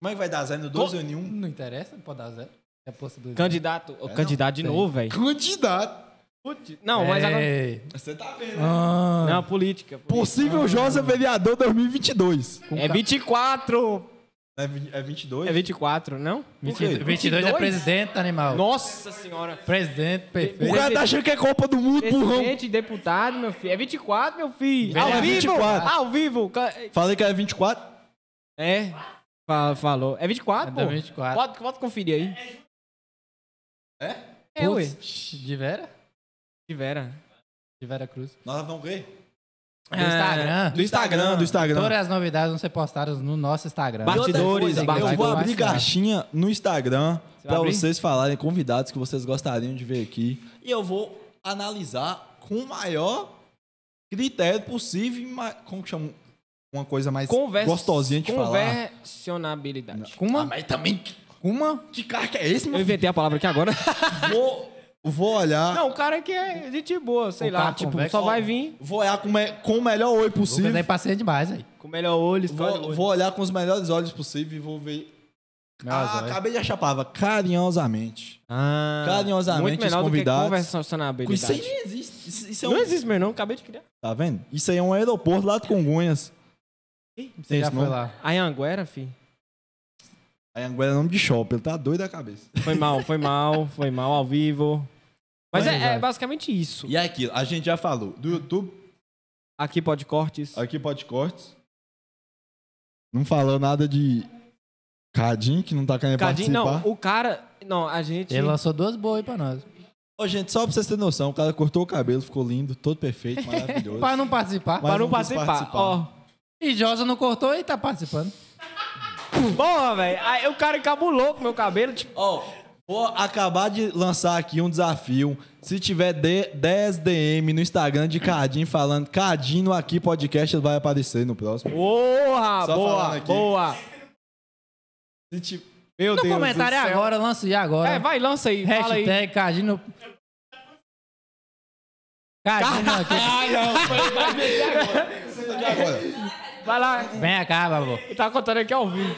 Como é que vai dar zero no um? 2 ou em 1?
Não interessa, pode dar zero. É possibilidade.
Candidato. ô,
É, não,
candidato de
tem.
novo, velho. É.
Candidato.
Não, mas agora.
Ei.
Você tá vendo, né?
Ah,
Não, política. política.
Possível Josa vereador 2022.
É 24!
É, vi- é 22?
É 24, não?
Por quê?
22 é presidente, animal.
Nossa senhora.
Presidente,
O
perfeito.
cara tá achando que é Copa do Mundo, burrão. é
Presidente, deputado, meu filho. É 24, meu filho.
Vereador.
Ao vivo!
24.
Ao vivo! Ca-
Falei que era 24.
É. Fa- Falou. É 24,
É
pô.
24.
Pode, pode conferir aí. É? É, ué.
Putz, de Vera?
Tivera.
De Vera Cruz.
Nós vamos ver.
Do
Instagram.
Do Instagram, do Instagram.
Todas as novidades vão ser postadas no nosso Instagram.
Bate-
outra
Bastidores,
coisa, Eu vou
bastidores.
abrir caixinha no Instagram
Você vai
pra
abrir?
vocês falarem convidados que vocês gostariam de ver aqui. E eu vou analisar com o maior critério possível. e ma- Como que chama? Uma coisa mais
Conversa.
gostosinha de falar. Ah,
Conversionabilidade.
Com uma?
mas também, que-
Com uma?
que carro que é esse,
Eu
meu?
inventei a palavra aqui agora.
Vou, vou olgar.
Não, o cara que é gente boa, sei
O
lá.
cara
Tipo,
convex-
só vai vir
Vou olhar com, o me- com o melhor olho
Lucas
possível.
aí passeia é demais aí.
com o melhor olho, escolhe
Vou,
olho.
vou olhar com os melhores olhos possível e vou ver.
Meu
Ah,
azar.
acabei de achar a palavra. Carinhosamente.
Ah,
Carinhosamente,
Muito melhor
os
do que
convidados.
conversionabilidade.
Isso aí não existe. Isso, isso é
Não
um
existe mesmo, não. Acabei de criar.
Tá vendo? Isso aí é um aeroporto lá de Congonhas.
Você já
esse
foi
nome?
lá.
A Anguera, fi.
Aí Anguera é nome de shopping, ele tá doido da cabeça.
Foi mal, foi mal, foi mal ao vivo. Mas
Vai,
é,
vai.
é basicamente isso.
E aquilo, a gente já falou do YouTube,
Aqui pode cortes.
aqui pode cortes. Não falou nada de Cadim, que não tá querendo
Cadinho, não,
participar.
o cara. Não, a gente.
Ele lançou duas boas aí pra nós.
Ô, gente, só pra vocês terem noção, o cara cortou o cabelo, ficou lindo, todo perfeito, maravilhoso.
Pra não participar.
Mas-
para não
não quis
um participar.
participar.
Ó.
E Josa não cortou e tá participando.
Porra, velho. Aí O cara encabulou com meu cabelo. Tipo,
Ó, vou acabar de lançar aqui um desafio. Se tiver de- 10 DM no Instagram de Cadim falando Cadinho aqui podcast, ele vai aparecer no próximo.
porra,
Só
boa,
falando aqui.
boa.
Se ti-
Meu
No
Deus. do
comentário é
céu.
agora, lance e agora.
É, vai, lança aí. Fala aí.
Hashtag Cadinho. Cadinho aqui.
E tá agora?
Vai lá.
Vem cá, babu.
Tá contando aqui ao vivo.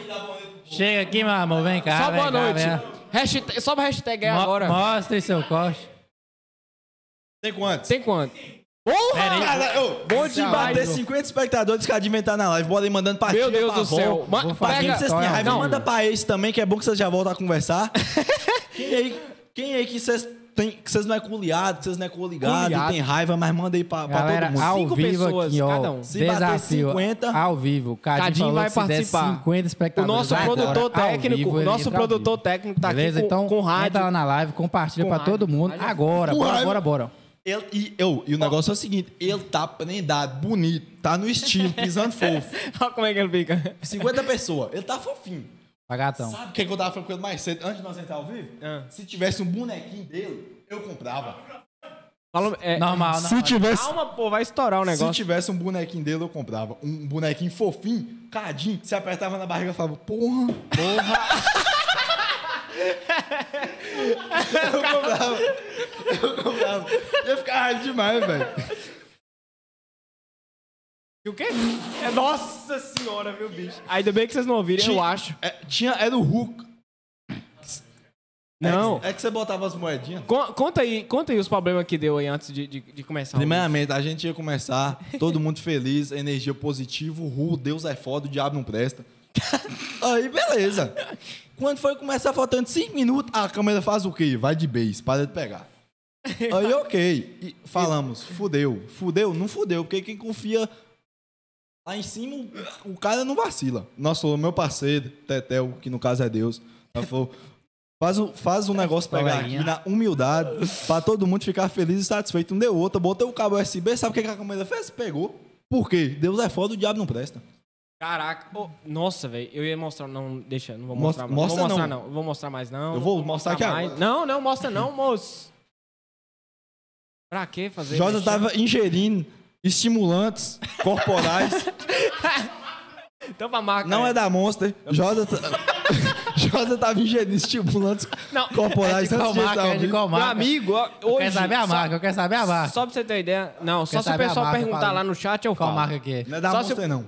Chega aqui, meu amor. Vem cá.
Só
Ah, vem
boa
cá,
noite.
vem.
Hashtag, sobe a hashtag aí
Mo-
agora.
Mostre seu corte.
Tem quantos?
Tem quanto?
Peraí.
Porra!
Cara, ô,
Bom
se
demais,
bater
ô.
50 espectadores, cara, de inventar na live, bora aí mandando pra
Meu
tia,
Deus
pra
do
avó.
céu. Ma-
Vou fazer
pega-
isso.
Vocês têm
Não,
raiva,
não.
assim, manda pra eles também, que é bom que vocês já voltam a conversar. quem aí, quem aí que vocês têm, que vocês não é culiado, que vocês não é coligado, e
Culiado.
tem raiva, mas manda aí pra, pra
Galera,
todo mundo.
ao
Tá Cinco
vivo
pessoas,
aqui, ó.
cada um.
Se bater
desafio
50,
ao vivo. Cadinho,
Cadinho
falou
vai
que se der
participar.
50
O
espectadores
nosso
tá agora,
produtor
ao
técnico,
vivo,
o
ele
nosso
entra ao
produtor
vivo.
técnico tá
Beleza?
aqui com,
então,
com
entra lá
rádio.
na live, compartilha
Com
pra
rádio.
todo mundo.
Rádio.
Agora,
Com
bora,
rádio.
bora, bora.
Ele- e, eu, e o negócio é o seguinte, ele tá prendado, bonito, tá no estilo, pisando fofo.
Olha como é que ele fica.
50 pessoas, ele tá fofinho.
Pra gatão.
Sabe o que, que eu tava falando com ele mais cedo, antes de nós entrar ao vivo?
Ah.
Se tivesse um bonequinho dele, eu comprava.
Fala, é,
Normal, normal.
tivesse...
Calma, pô, vai estourar o
Se
negócio.
tivesse um bonequinho dele, eu comprava. Um bonequinho fofinho, cadinho. Se apertava na barriga, eu falava, porra, porra. eu comprava. Eu comprava. Ia ficar raiva demais, velho.
E o quê? É, nossa senhora, meu bicho. Ainda bem que vocês não ouviram, eu acho.
É, tinha, era o Hulk.
Não.
É, que- é que você botava as moedinhas.
Con- Conta aí, conta aí os problemas que deu aí antes de, de, de começar. o-
Primeiramente, a gente ia começar, todo mundo feliz, energia positiva, Ru, Deus é foda, o diabo não presta. Aí, beleza. Quando foi começar faltando 5 minutos, a câmera faz o quê? Vai de base, para de pegar. Aí, ok. E falamos, fudeu. Fudeu? Não fudeu, porque quem confia lá em cima, o cara não vacila. Nós falou, meu parceiro, Tetel, que no caso é Deus, ela falou, faz, um- faz um negócio pegar aqui na humildade, pra todo mundo ficar feliz e satisfeito. Não deu outra, botei o cabo USB, sabe o que que a câmera fez? Pegou. Por quê? Deus é foda, o diabo não presta.
Caraca. ô, nossa, velho. Eu ia mostrar. Não, deixa. Não vou
Mostra-
mostrar mais. Não vou mostrar,
mostra não.
não. Não Vou mostrar mais, não.
Eu vou
Não
mostrar aqui
mais.
agora.
Não, não mostra, não, moço. Pra que fazer
Josa
mexer?
tava ingerindo estimulantes corporais.
Então pra marca.
Não é da Monster. Josa, t- Josa tava ingerindo estimulantes
Não,
corporais.
de qual
antes de
marca,
entrar ao
é de
vivo.
qual
Meu
marca.
amigo, ó,
Eu
hoje.
quero saber a
só-
marca, eu quero saber a marca.
Só pra você ter ideia. Não, só se o
saber a
pessoal
marca,
perguntar
fala.
lá no chat, eu
qual
falo.
marca que é?
Não é da
Só se-
Monster, não.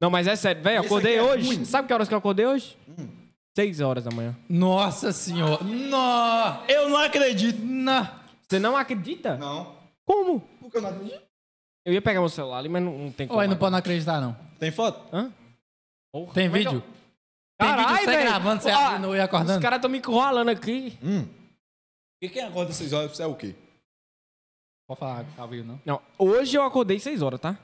Não, mas é sério, velho, eu
Esse
acordei
aqui é
hoje.
ruim. Hum.
Sabe que horas que eu acordei hoje? Seis horas da manhã.
Nossa senhora. Nó!
Eu não acredito.
Nó!
Você não acredita?
Não.
Como?
Por que eu não acredito?
Eu ia pegar meu celular ali, mas não, não tem como.
Ué, não pode não acreditar, não.
Tem foto?
Hã? Porra,
Tem
como é que eu-
vídeo? Tem vídeo
Caralho,
você
velho.
gravando, você
Ó,
abrindo e
Os
acordando?
caras estão me enrolando aqui.
Hum. E quem acorda 6 horas, você é o quê?
Pode falar tá ao vivo, não.
Não, hoje eu acordei seis horas, tá?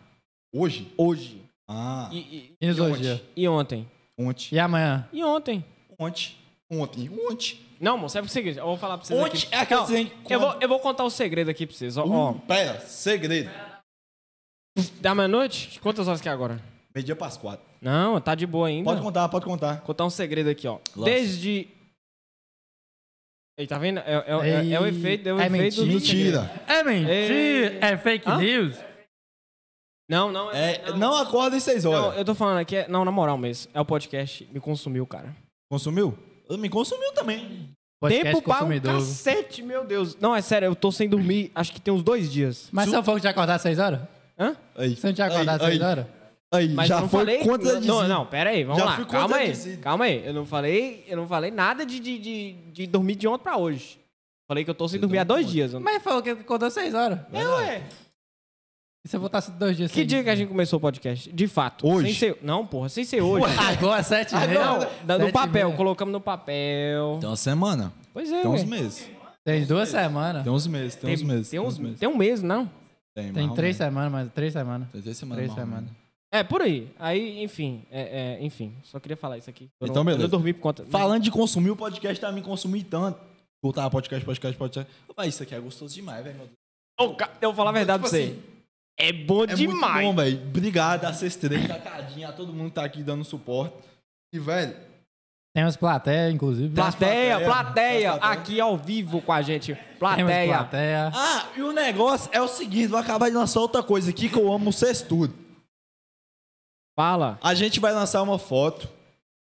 Hoje?
Hoje.
Ah.
E, e-
E nos dois dias?
e ontem?
Ontem.
E amanhã?
E ontem?
Ontem. Ontem. Ontem.
Não, moço, é porque é o seguinte, eu vou falar pra vocês
Ontem
aqui.
é aquele
Não,
trem que
eu, vou,
quando-
eu vou contar o segredo aqui pra vocês. Ó, ó.
Hum, Pera, segredo.
da meia-noite? Quantas horas que é agora?
Meio dia para as quatro.
Não, tá de boa ainda.
Pode contar, pode contar.
contar um segredo aqui, ó.
Lá.
Desde. Ei, tá vendo? É, é- é- é o
Ei,
efeito, é o
é
efeito do- do segredo.
Mentira.
É mentira! É fake
Hã?
news?
Não, não,
É, não acorda em 6
Não,
horas.
eu tô falando aqui, é- não, na moral mesmo, é o podcast, me consumiu, cara.
Consumiu? Eu me consumiu também.
Podcast
Tempo para um
consumidor.
cacete, meu Deus. Não, é sério, eu tô sem dormir, acho que tem uns dois dias.
Mas se eu for te acordar às 6 horas?
Hã?
Aí,
Você não tinha acordado às
aí,
6 horas?
Aí,
Mas
já
eu não
foi
falei...
contra
não, não, pera aí, vamos
Já
lá,
fui
calma aí,
contradizido.
calma aí. Eu não falei, eu não falei nada de, de, de, de dormir de ontem pra hoje. Falei que eu tô sem dormir há dois dias. Eu...
Mas falou que acordou 6 horas.
É, ué.
E se eu voltasse dois dias
Que
sem-
dia que a gente começou o podcast? De fato.
Hoje.
Sem ser... Não, porra, sem ser hoje. Ah,
Agora, 7
é,
e meia.
Não, da-
Sete
no
e
papel,
meia.
colocamos no papel.
Tem uma semana.
Pois é,
Então, Tem uns
ué.
meses.
Tem duas semanas.
Tem uns meses. Tem uns meses.
Tem uns,
meses.
tem um mês, não?
mais
Tem
ou
três
menos.
semanas, mas três semanas.
Tem três semanas.
Três
mais ou
semanas.
menos.
É, por aí. Aí, enfim, é, é, enfim, só queria falar isso aqui. Eu
Então,
não, Eu
beleza.
não dormi por conta.
Falando de consumir, o podcast tá me consumindo tanto. Voltar podcast, podcast, podcast. Mas isso aqui é gostoso demais, velho. meu Deus.
Ô, ca- eu vou falar a verdade pra você. é bom
Tipo assim, É
demais.
muito bom, velho. Obrigado a vocês três, a Cadinha, a todo mundo que tá aqui dando suporte. E, velho,
Tem umas plateia, inclusive.
Pla-
plateia,
Tem as plateia,
plateia,
tem as plateia.
aqui ao vivo com a gente.
Tem umas
Plateia.
plateia.
Ah, e o negócio é o seguinte, vou acabar de lançar outra coisa aqui que eu amo vocês tudo.
Fala.
A gente vai lançar uma foto.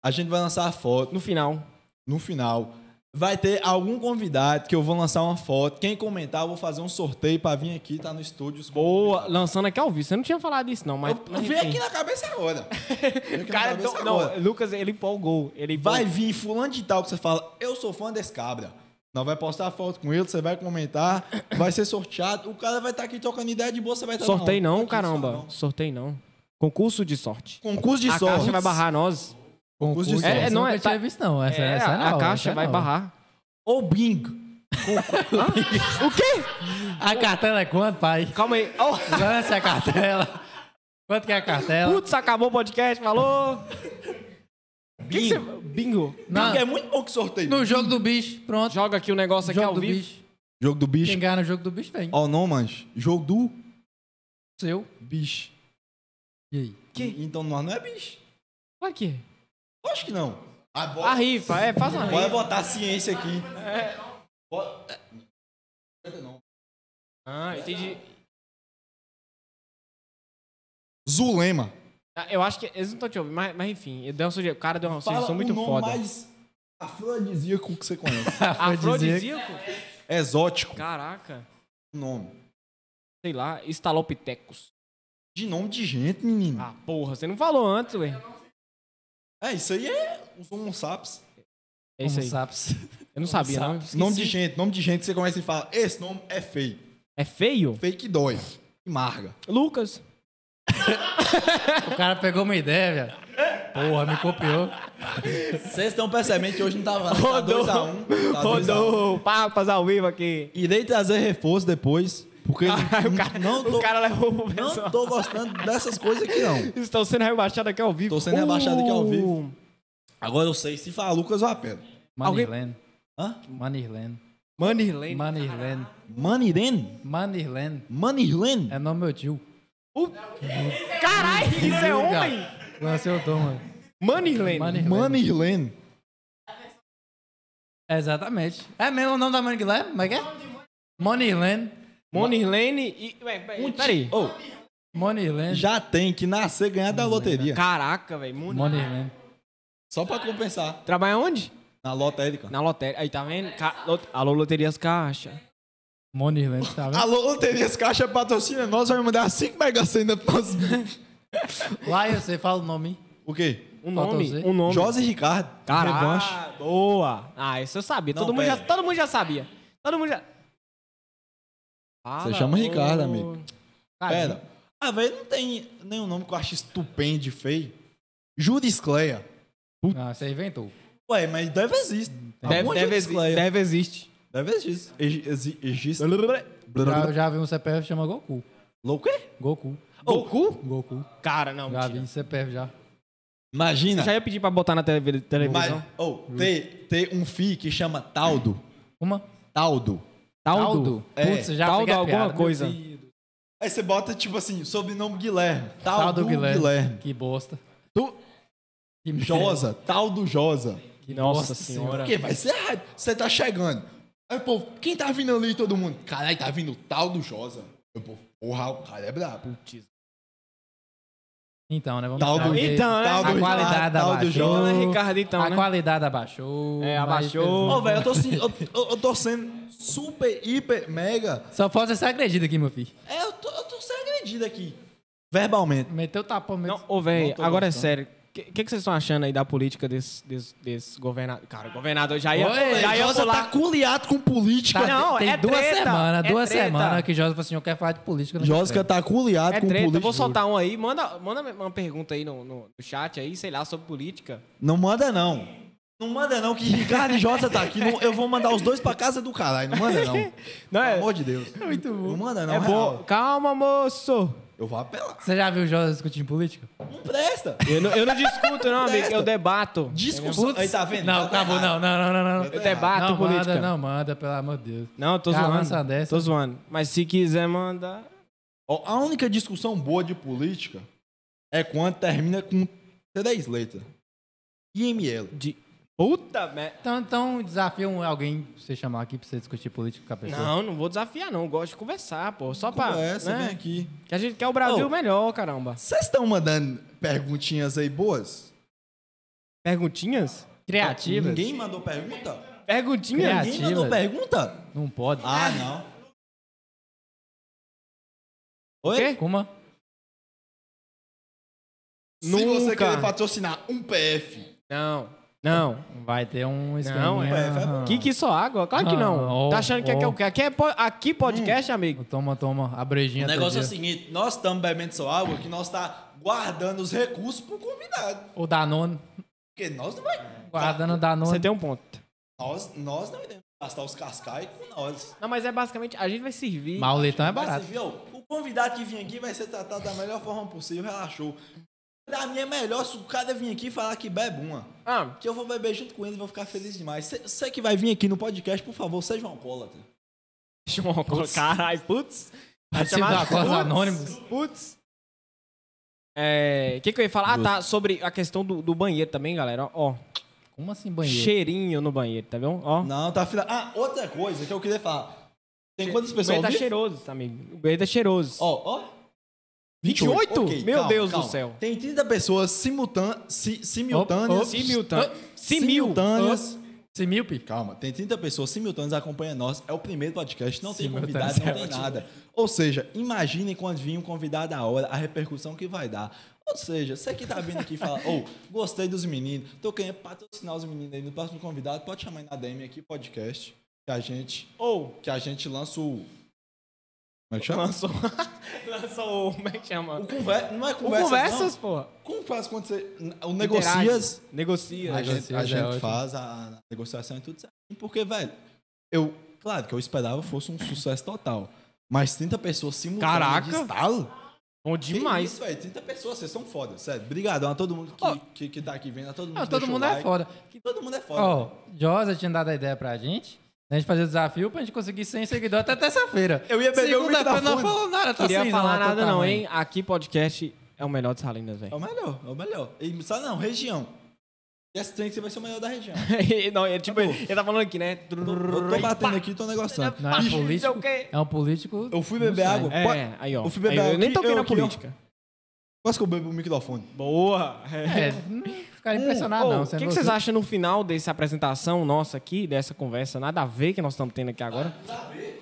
A gente vai lançar a foto
No final.
no final. Vai ter algum convidado que eu vou lançar uma foto. Quem comentar, eu vou fazer um sorteio pra vir aqui, tá no estúdio. os
Boa,
convidados.
lançando aqui ao vivo. Você não tinha falado isso, não, mas.
Eu,
mas
vem
enfim.
aqui na cabeça agora. Vem aqui na
Cara,
cabeça
então,
agora.
não, Lucas, ele empolgou. Ele
Vai vir fulano de tal que você fala, eu sou fã desse cabra. Nós vai postar a foto com ele, você vai comentar, vai ser sorteado. O cara vai estar aqui tocando ideia de boa, você vai estar
Sorteio não,
aqui,
caramba.
só não.
Sorteio não. Concurso de sorte.
Concurso de
a
sorte.
caixa vai barrar nós.
Concurso de
Concurso.
sorte.
É, não,
Nunca
é, tá-
tinha visto, não. Essa,
É,
essa é
a
nova,
caixa
essa é
vai
nova.
barrar.
Ou bingo.
O quê?
A cartela é quanto, pai?
Calma aí. Oh, Ó.
Lance a cartela. Quanto que é a cartela?
Putz, acabou o podcast, falou. Bingo. Que que cê- Bingo.
Na-
Bingo é muito bom que sorteio.
No jogo do bicho, pronto.
Joga aqui o negócio aqui
Jogo
ao
do
vivo.
bicho.
Jogo do bicho.
Quem ganhar no jogo do bicho, vem.
Ó, não, mas. Jogo do
Seu.
bicho.
E aí?
Que?
Então nós não é bicho.
Pra quê?
Lógico que não. Ah, bora-
A rifa, é, faz uma
Bora
rifa.
botar a ciência aqui. Bora- É.
Ah, entendi.
Zulema.
Ah, Eu acho que eles não estão te ouvindo, mas, mas enfim, eu dei uma sugestão. O cara deu uma
Fala
sugestão muito
o nome
foda.
mais afrodisíaco que você conhece.
Afrodisíaco?
Exótico.
Caraca.
O nome.
Sei lá, estalopitecos.
de nome de gente, menino.
Ah, porra, você não falou antes, ué.
É, isso aí é os homo sapiens.
É isso aí.
Sapos.
Eu não sabia, não. Esqueci.
Nome de gente, nome de gente que você começa e fala, esse nome é feio.
É feio?
Feio que dói. Que marga.
Lucas.
O cara pegou uma ideia, velho. Porra, me copiou.
Vocês estão percebendo que hoje não tava
Rodou.
Tá 2x1. Tá 2x1.
Rodou papas ao vivo aqui.
Irei trazer reforço depois, porque
o cara,
não, tô,
o cara levou o
não
pessoal.
tô gostando dessas coões aqui, não.
Estão sendo rebaixados aqui ao vivo. Uh!
Tô sendo rebaixado aqui ao vivo. Agora eu sei se fala Lucas ou Apelo.
Alguém-
Manirland.
Hã?
Manirland.
Manirlane.
Manirland.
Maniren?
Manirland.
Manilen?
É nome meu tio.
Caralho, isso é
Cara,
homem?
Lancei o tom, mano.
Manirlane.
Manirland.
Manilen.
Exatamente. É mesmo o nome da Manirland? Como é que é? Manirland.
Manirlane e... Ué, peraí. peraí.
Ô,
Manirland.
já tem que nascer ganhar da loteria.
Caraca, velho. Moni-
Manirland.
Só pra compensar.
Trabalha onde?
Na lotérica.
Na loteria. Aí, tá vendo? Ca- lot- Alô, loterias caixa.
Manirland, tá vendo?
Alô, loterias caixa patrocina nós, vai mandar 5 mega cena pra nós.
Lá eu sei, fala o nome.
O quê?
Um
Faltou
nome,
Z.
um nome.
José Ricardo. Revanche.
Caralho, boa. Ah, isso eu sabia.
Não,
todo, mundo já,
pera.
todo mundo já sabia. Todo mundo já... Fala,
chama
ô.
Ricardo, amigo.
Cara,
Pera. Ah, velho, não tem nenhum nome que eu acho estupendo e feio. Judis Cleia.
Ah, você inventou.
Ué, mas deve existir.
Deve,
Alguma
deve,
Judis
exi-
Cleia.
deve existe.
Deve existir. Exi- exi- Existe.
Já, já vi um CPF que chama Goku.
Louco é?
Goku.
Goku?
Goku.
Cara, não,
Já
mentira.
vi um CPF já.
Imagina.
Eu já ia pedir pra botar na tele-
Mas,
televisão.
ou, ter, ter um fi que chama Taldo.
Uma.
Taldo.
Taldo.
É.
Putz, já
Taldo
peguei a
alguma
piada. Meu
coisa.
Deus.
Aí você bota, tipo assim, sobrenome Guilherme. Taldo,
Taldo
Guilherme.
Guilherme. Que bosta.
Tu-
Que merda.
Josa. Taldo Josa.
Que
Nossa
bosta
senhora.
Porque vai ser errado. Você tá chegando. Aí, pô, quem tá vindo ali todo mundo? Caralho, tá vindo o Taldo Josa. Eu, pô, porra, o cara é brabo.
Então, né? Vamos
Taldo-
porque
Então, né?
A
Taldo-
qualidade
Taldo
abaixou.
Jones.
Então, né, Ricardo, então,
a
né?
qualidade abaixou.
É,
mas
abaixou.
Ô,
felizmente-
velho, eu tô, se- eu, eu- eu tô sendo super, hiper, mega.
Só falta ser agredido aqui, meu filho.
É, eu tô, eu tô sendo agredido aqui. Verbalmente.
Meteu o tapão mesmo.
Não, ô, velho,
Não tô
agora é
gostando.
sério. O que, que, que vocês estão achando aí da política desse, desse, desse governador? Cara, o governador já ia,
Oi,
já ia
Josa
pular.
tá culiado com política.
Tá. Não,
tem
é
duas
treta,
semanas,
é
duas
treta.
semanas que Josa falou assim, eu quero falar de política. eu não
Josca
quero.
tá culiado
É
com
treta.
política.
Vou soltar um aí. Manda, manda uma pergunta aí no, no, no chat aí, sei lá, sobre política.
Não manda, não. Não manda, não, que Ricardo e Jota tá aqui. Não- eu vou mandar os dois pra casa do caralho. Não manda, não.
Não
Pelo
é?
amor de Deus. muito bom. Não manda, não.
é
real.
bom. Calma, moço.
Eu vou apelar.
Você já viu Josa discutindo política?
Não presta.
Eu não, eu não discuto, não, amigo. Eu debato.
Discussão. Aí tá vendo?
Não,
Já tá
acabou, não,
errado.
não, não, não. não.
Eu debato
não
política.
manda, não manda, pelo amor de Deus.
Não, eu tô
Cara,
zoando.
lança dessa.
Tô zoando. Mas se quiser mandar.
Ó, A única discussão boa de política é quando termina com três letras. IML.
De... Puta merda.
Então, então desafia um- alguém pra você chamar aqui pra você discutir política com a pessoa.
Não, não vou desafiar, não. Eu gosto de conversar, pô. Só pra.
Conversa,
né?
é vem aqui.
Que a gente quer o Brasil
Ô.
melhor, caramba.
Vocês estão mandando perguntinhas aí boas?
Perguntinhas?
Criativa?
Ninguém mandou pergunta?
Perguntinhas?
Ninguém mandou
Criativas.
pergunta?
Não pode.
Ah, não. Oi?
Quê?
Kuma?
Se você
Nunca.
querer patrocinar um PF,
Não, não.
Vai ter um
Não,
esqueminha.
é.
vai-
Que que só água? Claro que
Ah,
não.
ó,
Tá achando que aqui é
ó.
o quê? Aqui, é po- aqui podcast,
Hum.
amigo?
Toma, toma. A
Um
brejinha.
o
todo
negócio é o
dia.
assim.
seguinte: nós estamos bebendo só água que nós tá guardando os recursos pro convidado.
O Danone.
Porque nós não vai.
Guardando o Danone.
Você tem um ponto.
Nós, nós não iremos gastar os cascais com nós.
Não, mas é basicamente, a gente vai servir.
Mas o leitão é
Mas
barato.
você viu? O convidado que vir aqui vai ser tratado da melhor forma possível, relaxou. Pra mim é melhor se o cara vir aqui e falar que bebe uma.
Ah,
Que eu vou beber junto com ele e vou ficar feliz demais. Você- Você que vai vir aqui no podcast, por favor, seja um alcoólatra.
deixa eu colocar- Caralho, putz. Vai
Participa da Causa
putz,
Anônimos.
Putz. É, o que, que eu ia falar? Ah, tá. Sobre a questão do, do banheiro também, galera. Ó, ó,
Como assim banheiro?
cheirinho no banheiro, tá vendo? Ó.
Não, tá fila. Ah, outra coisa que eu queria falar. Tem quantas
O
pessoas
banheiro tá
ouvindo?
cheiroso, amigo. O banheiro tá cheiroso.
Ó, ó.
28?
Ok,
Meu
calma,
Deus
calma.
do céu.
Tem 30 pessoas simultâneas.
Opa,
simultâneas.
opa.
Similtan. Simil.
Simultâneas.
Similpe?
Calma, tem 30 pessoas simultâneas acompanhando nós. É o primeiro podcast, não tem
Simultâneos
convidado, não
é
tem
ótimo.
nada. Ou seja, imaginem quando vir um convidado à hora, a repercussão que vai dar. Ou seja, você que tá vindo aqui e fala, ou gostei dos meninos, tô querendo patrocinar os meninos aí no próximo convidado, pode chamar aí na DM aqui, podcast, que a gente,
Ou
que a gente lança o... Como é que chama?
lançou. lançou o. Como é que chama?
O conver... Não é
O
conversas,
Conversas,
não.
porra.
Como faz quando você... O negocias...
Negocia. né?
A gente, a
Negociação é
gente
ótimo.
faz a negociação e tudo certo. Porque, velho, eu, claro que eu esperava que fosse um sucesso total. Mas 30 pessoas simultâneas
Caraca!
de estalo?
Bom
Que
demais.
Isso, velho, 30 pessoas, vocês são foda, sério. Obrigadão a todo mundo que,
Ó.
que, que tá aqui vendo, a todo mundo
Não,
que
todo
deixou
mundo
o
é
like.
foda.
Que todo mundo é foda.
Ó, oh, Josa tinha dado a ideia pra gente. A gente fazer o desafio pra gente conseguir 100 seguidores até terça-feira.
Eu ia beber o
Segunda-feira não
microfone.
falou nada, tá
Assim, Não queria
cinzão
falar
lá, tá
nada, não,
tamanho.
hein? Aqui podcast é o melhor de Salinas,
É
velho.
o melhor, é o melhor. E só não, região. E essa trem que você vai ser o melhor da região.
não, ele, tipo, ele, ele tá falando aqui, né?
Eu tô batendo aqui e tô negociando.
Não, é
Ixi,
político.
não sei o quê.
É um político.
Eu fui
não
beber
sei.
água.
É, aí, ó.
Eu fui beber
Aí, eu nem
aqui,
toquei
eu um-
na
aqui, ó.
política.
Quase que eu bebo o microfone.
Boa!
É, não ficar impressionado, não.
O
sendo
que, que
você.
vocês acham no final dessa apresentação nossa aqui, dessa conversa nada a ver que nós estamos tendo aqui agora?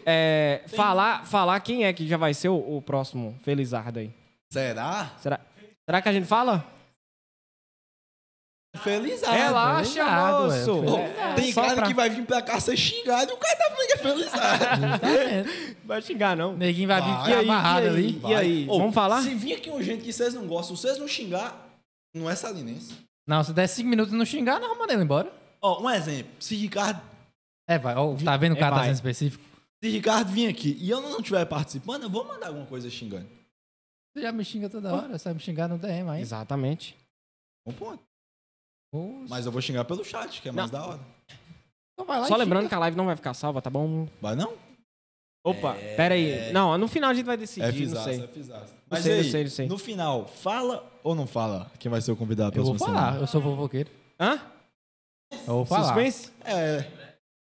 É, falar, falar quem é que já vai ser o, o próximo Felizardo aí.
Será?
Será, será que a gente fala?
Felizardo.
Relaxa,
Felizardo, é,
moço!
Pô,
É,
Ah, tem
só
cara
pra-
que vai vir pra cá ser xingado e o cara tá falando que é felizardo.
Exatamente.
Vai xingar, não.
O Neguinho vai vir
Vai.
ficar amarrado
e aí,
ali.
E aí,
Ô,
vamos falar?
Se vir aqui um jeito que vocês não gostam, se vocês não xingar, não é salinense.
Não, se der 5 minutos e não xingar, não manda ele embora.
Ó, um exemplo. Se Ricardo,
É, vai. Ó, tá vendo o
É,
cara tá
vai.
sendo específico?
se Ricardo vir aqui e eu não estiver participando, eu vou mandar alguma coisa xingando.
Você já me xinga toda hora, você vai me xingar no DM aí.
Exatamente.
Um ponto.
Pô,
Mas eu vou xingar pelo chat, que é mais
Não.
da hora.
então vai lá
Só
e
lembrando
xinga.
que a live não vai ficar salva, tá bom?
Vai não?
Opa,
É.
pera aí. Não, no final a gente vai decidir, não
fizaço,
sei.
é fizaço. Mas
sei,
aí,
não sei, não sei.
no final, fala ou não fala quem vai ser o convidado
Eu vou
próxima
falar,
semana?
eu sou fofoqueiro.
Hã?
Eu vou falar.
Suspense?
É,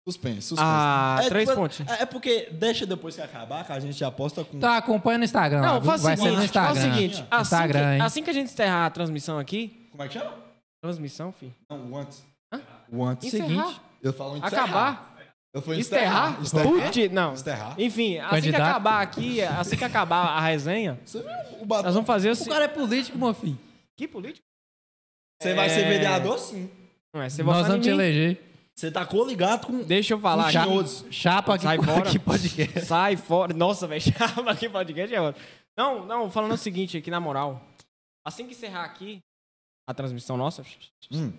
suspense, suspense.
Ah,
É,
três
tipo,
pontos.
É porque deixa depois que acabar, que a gente aposta com
Tá, acompanha no Instagram. lá,
Não,
viu?
faz o
vai ser no
seguinte, faz o
Instagram.
seguinte. Assim,
Instagram,
que,
hein?
assim que a gente encerrar a transmissão aqui.
Como é que chama?
Transmissão, filho?
Não, o antes.
Hã?
O antes.
Seguinte.
Encerrar?
Eu falo antes.
Acabar?
Eu falo
Encerrar?
Esterrar.
Putz, não.
Esterrar.
Enfim, assim que
Candidato.
acabar aqui, assim que acabar a resenha,
Você viu o
nós
batom?
vamos fazer o.
O
se-
cara é político, meu filho.
Que político?
Você vai ser
É.
vereador sim.
Não é, você
Nós
votar em
vamos te
mim.
eleger.
Você tá coligado com.
Deixa eu falar
Já-
aqui.
Tinhoso.
Chapa que,
Sai fora.
que podcast.
Sai fora. Nossa, velho, chama aqui podcast é outro. Não, não, falando o seguinte aqui, na moral. Assim que encerrar aqui a transmissão nossa, o que,
Hum,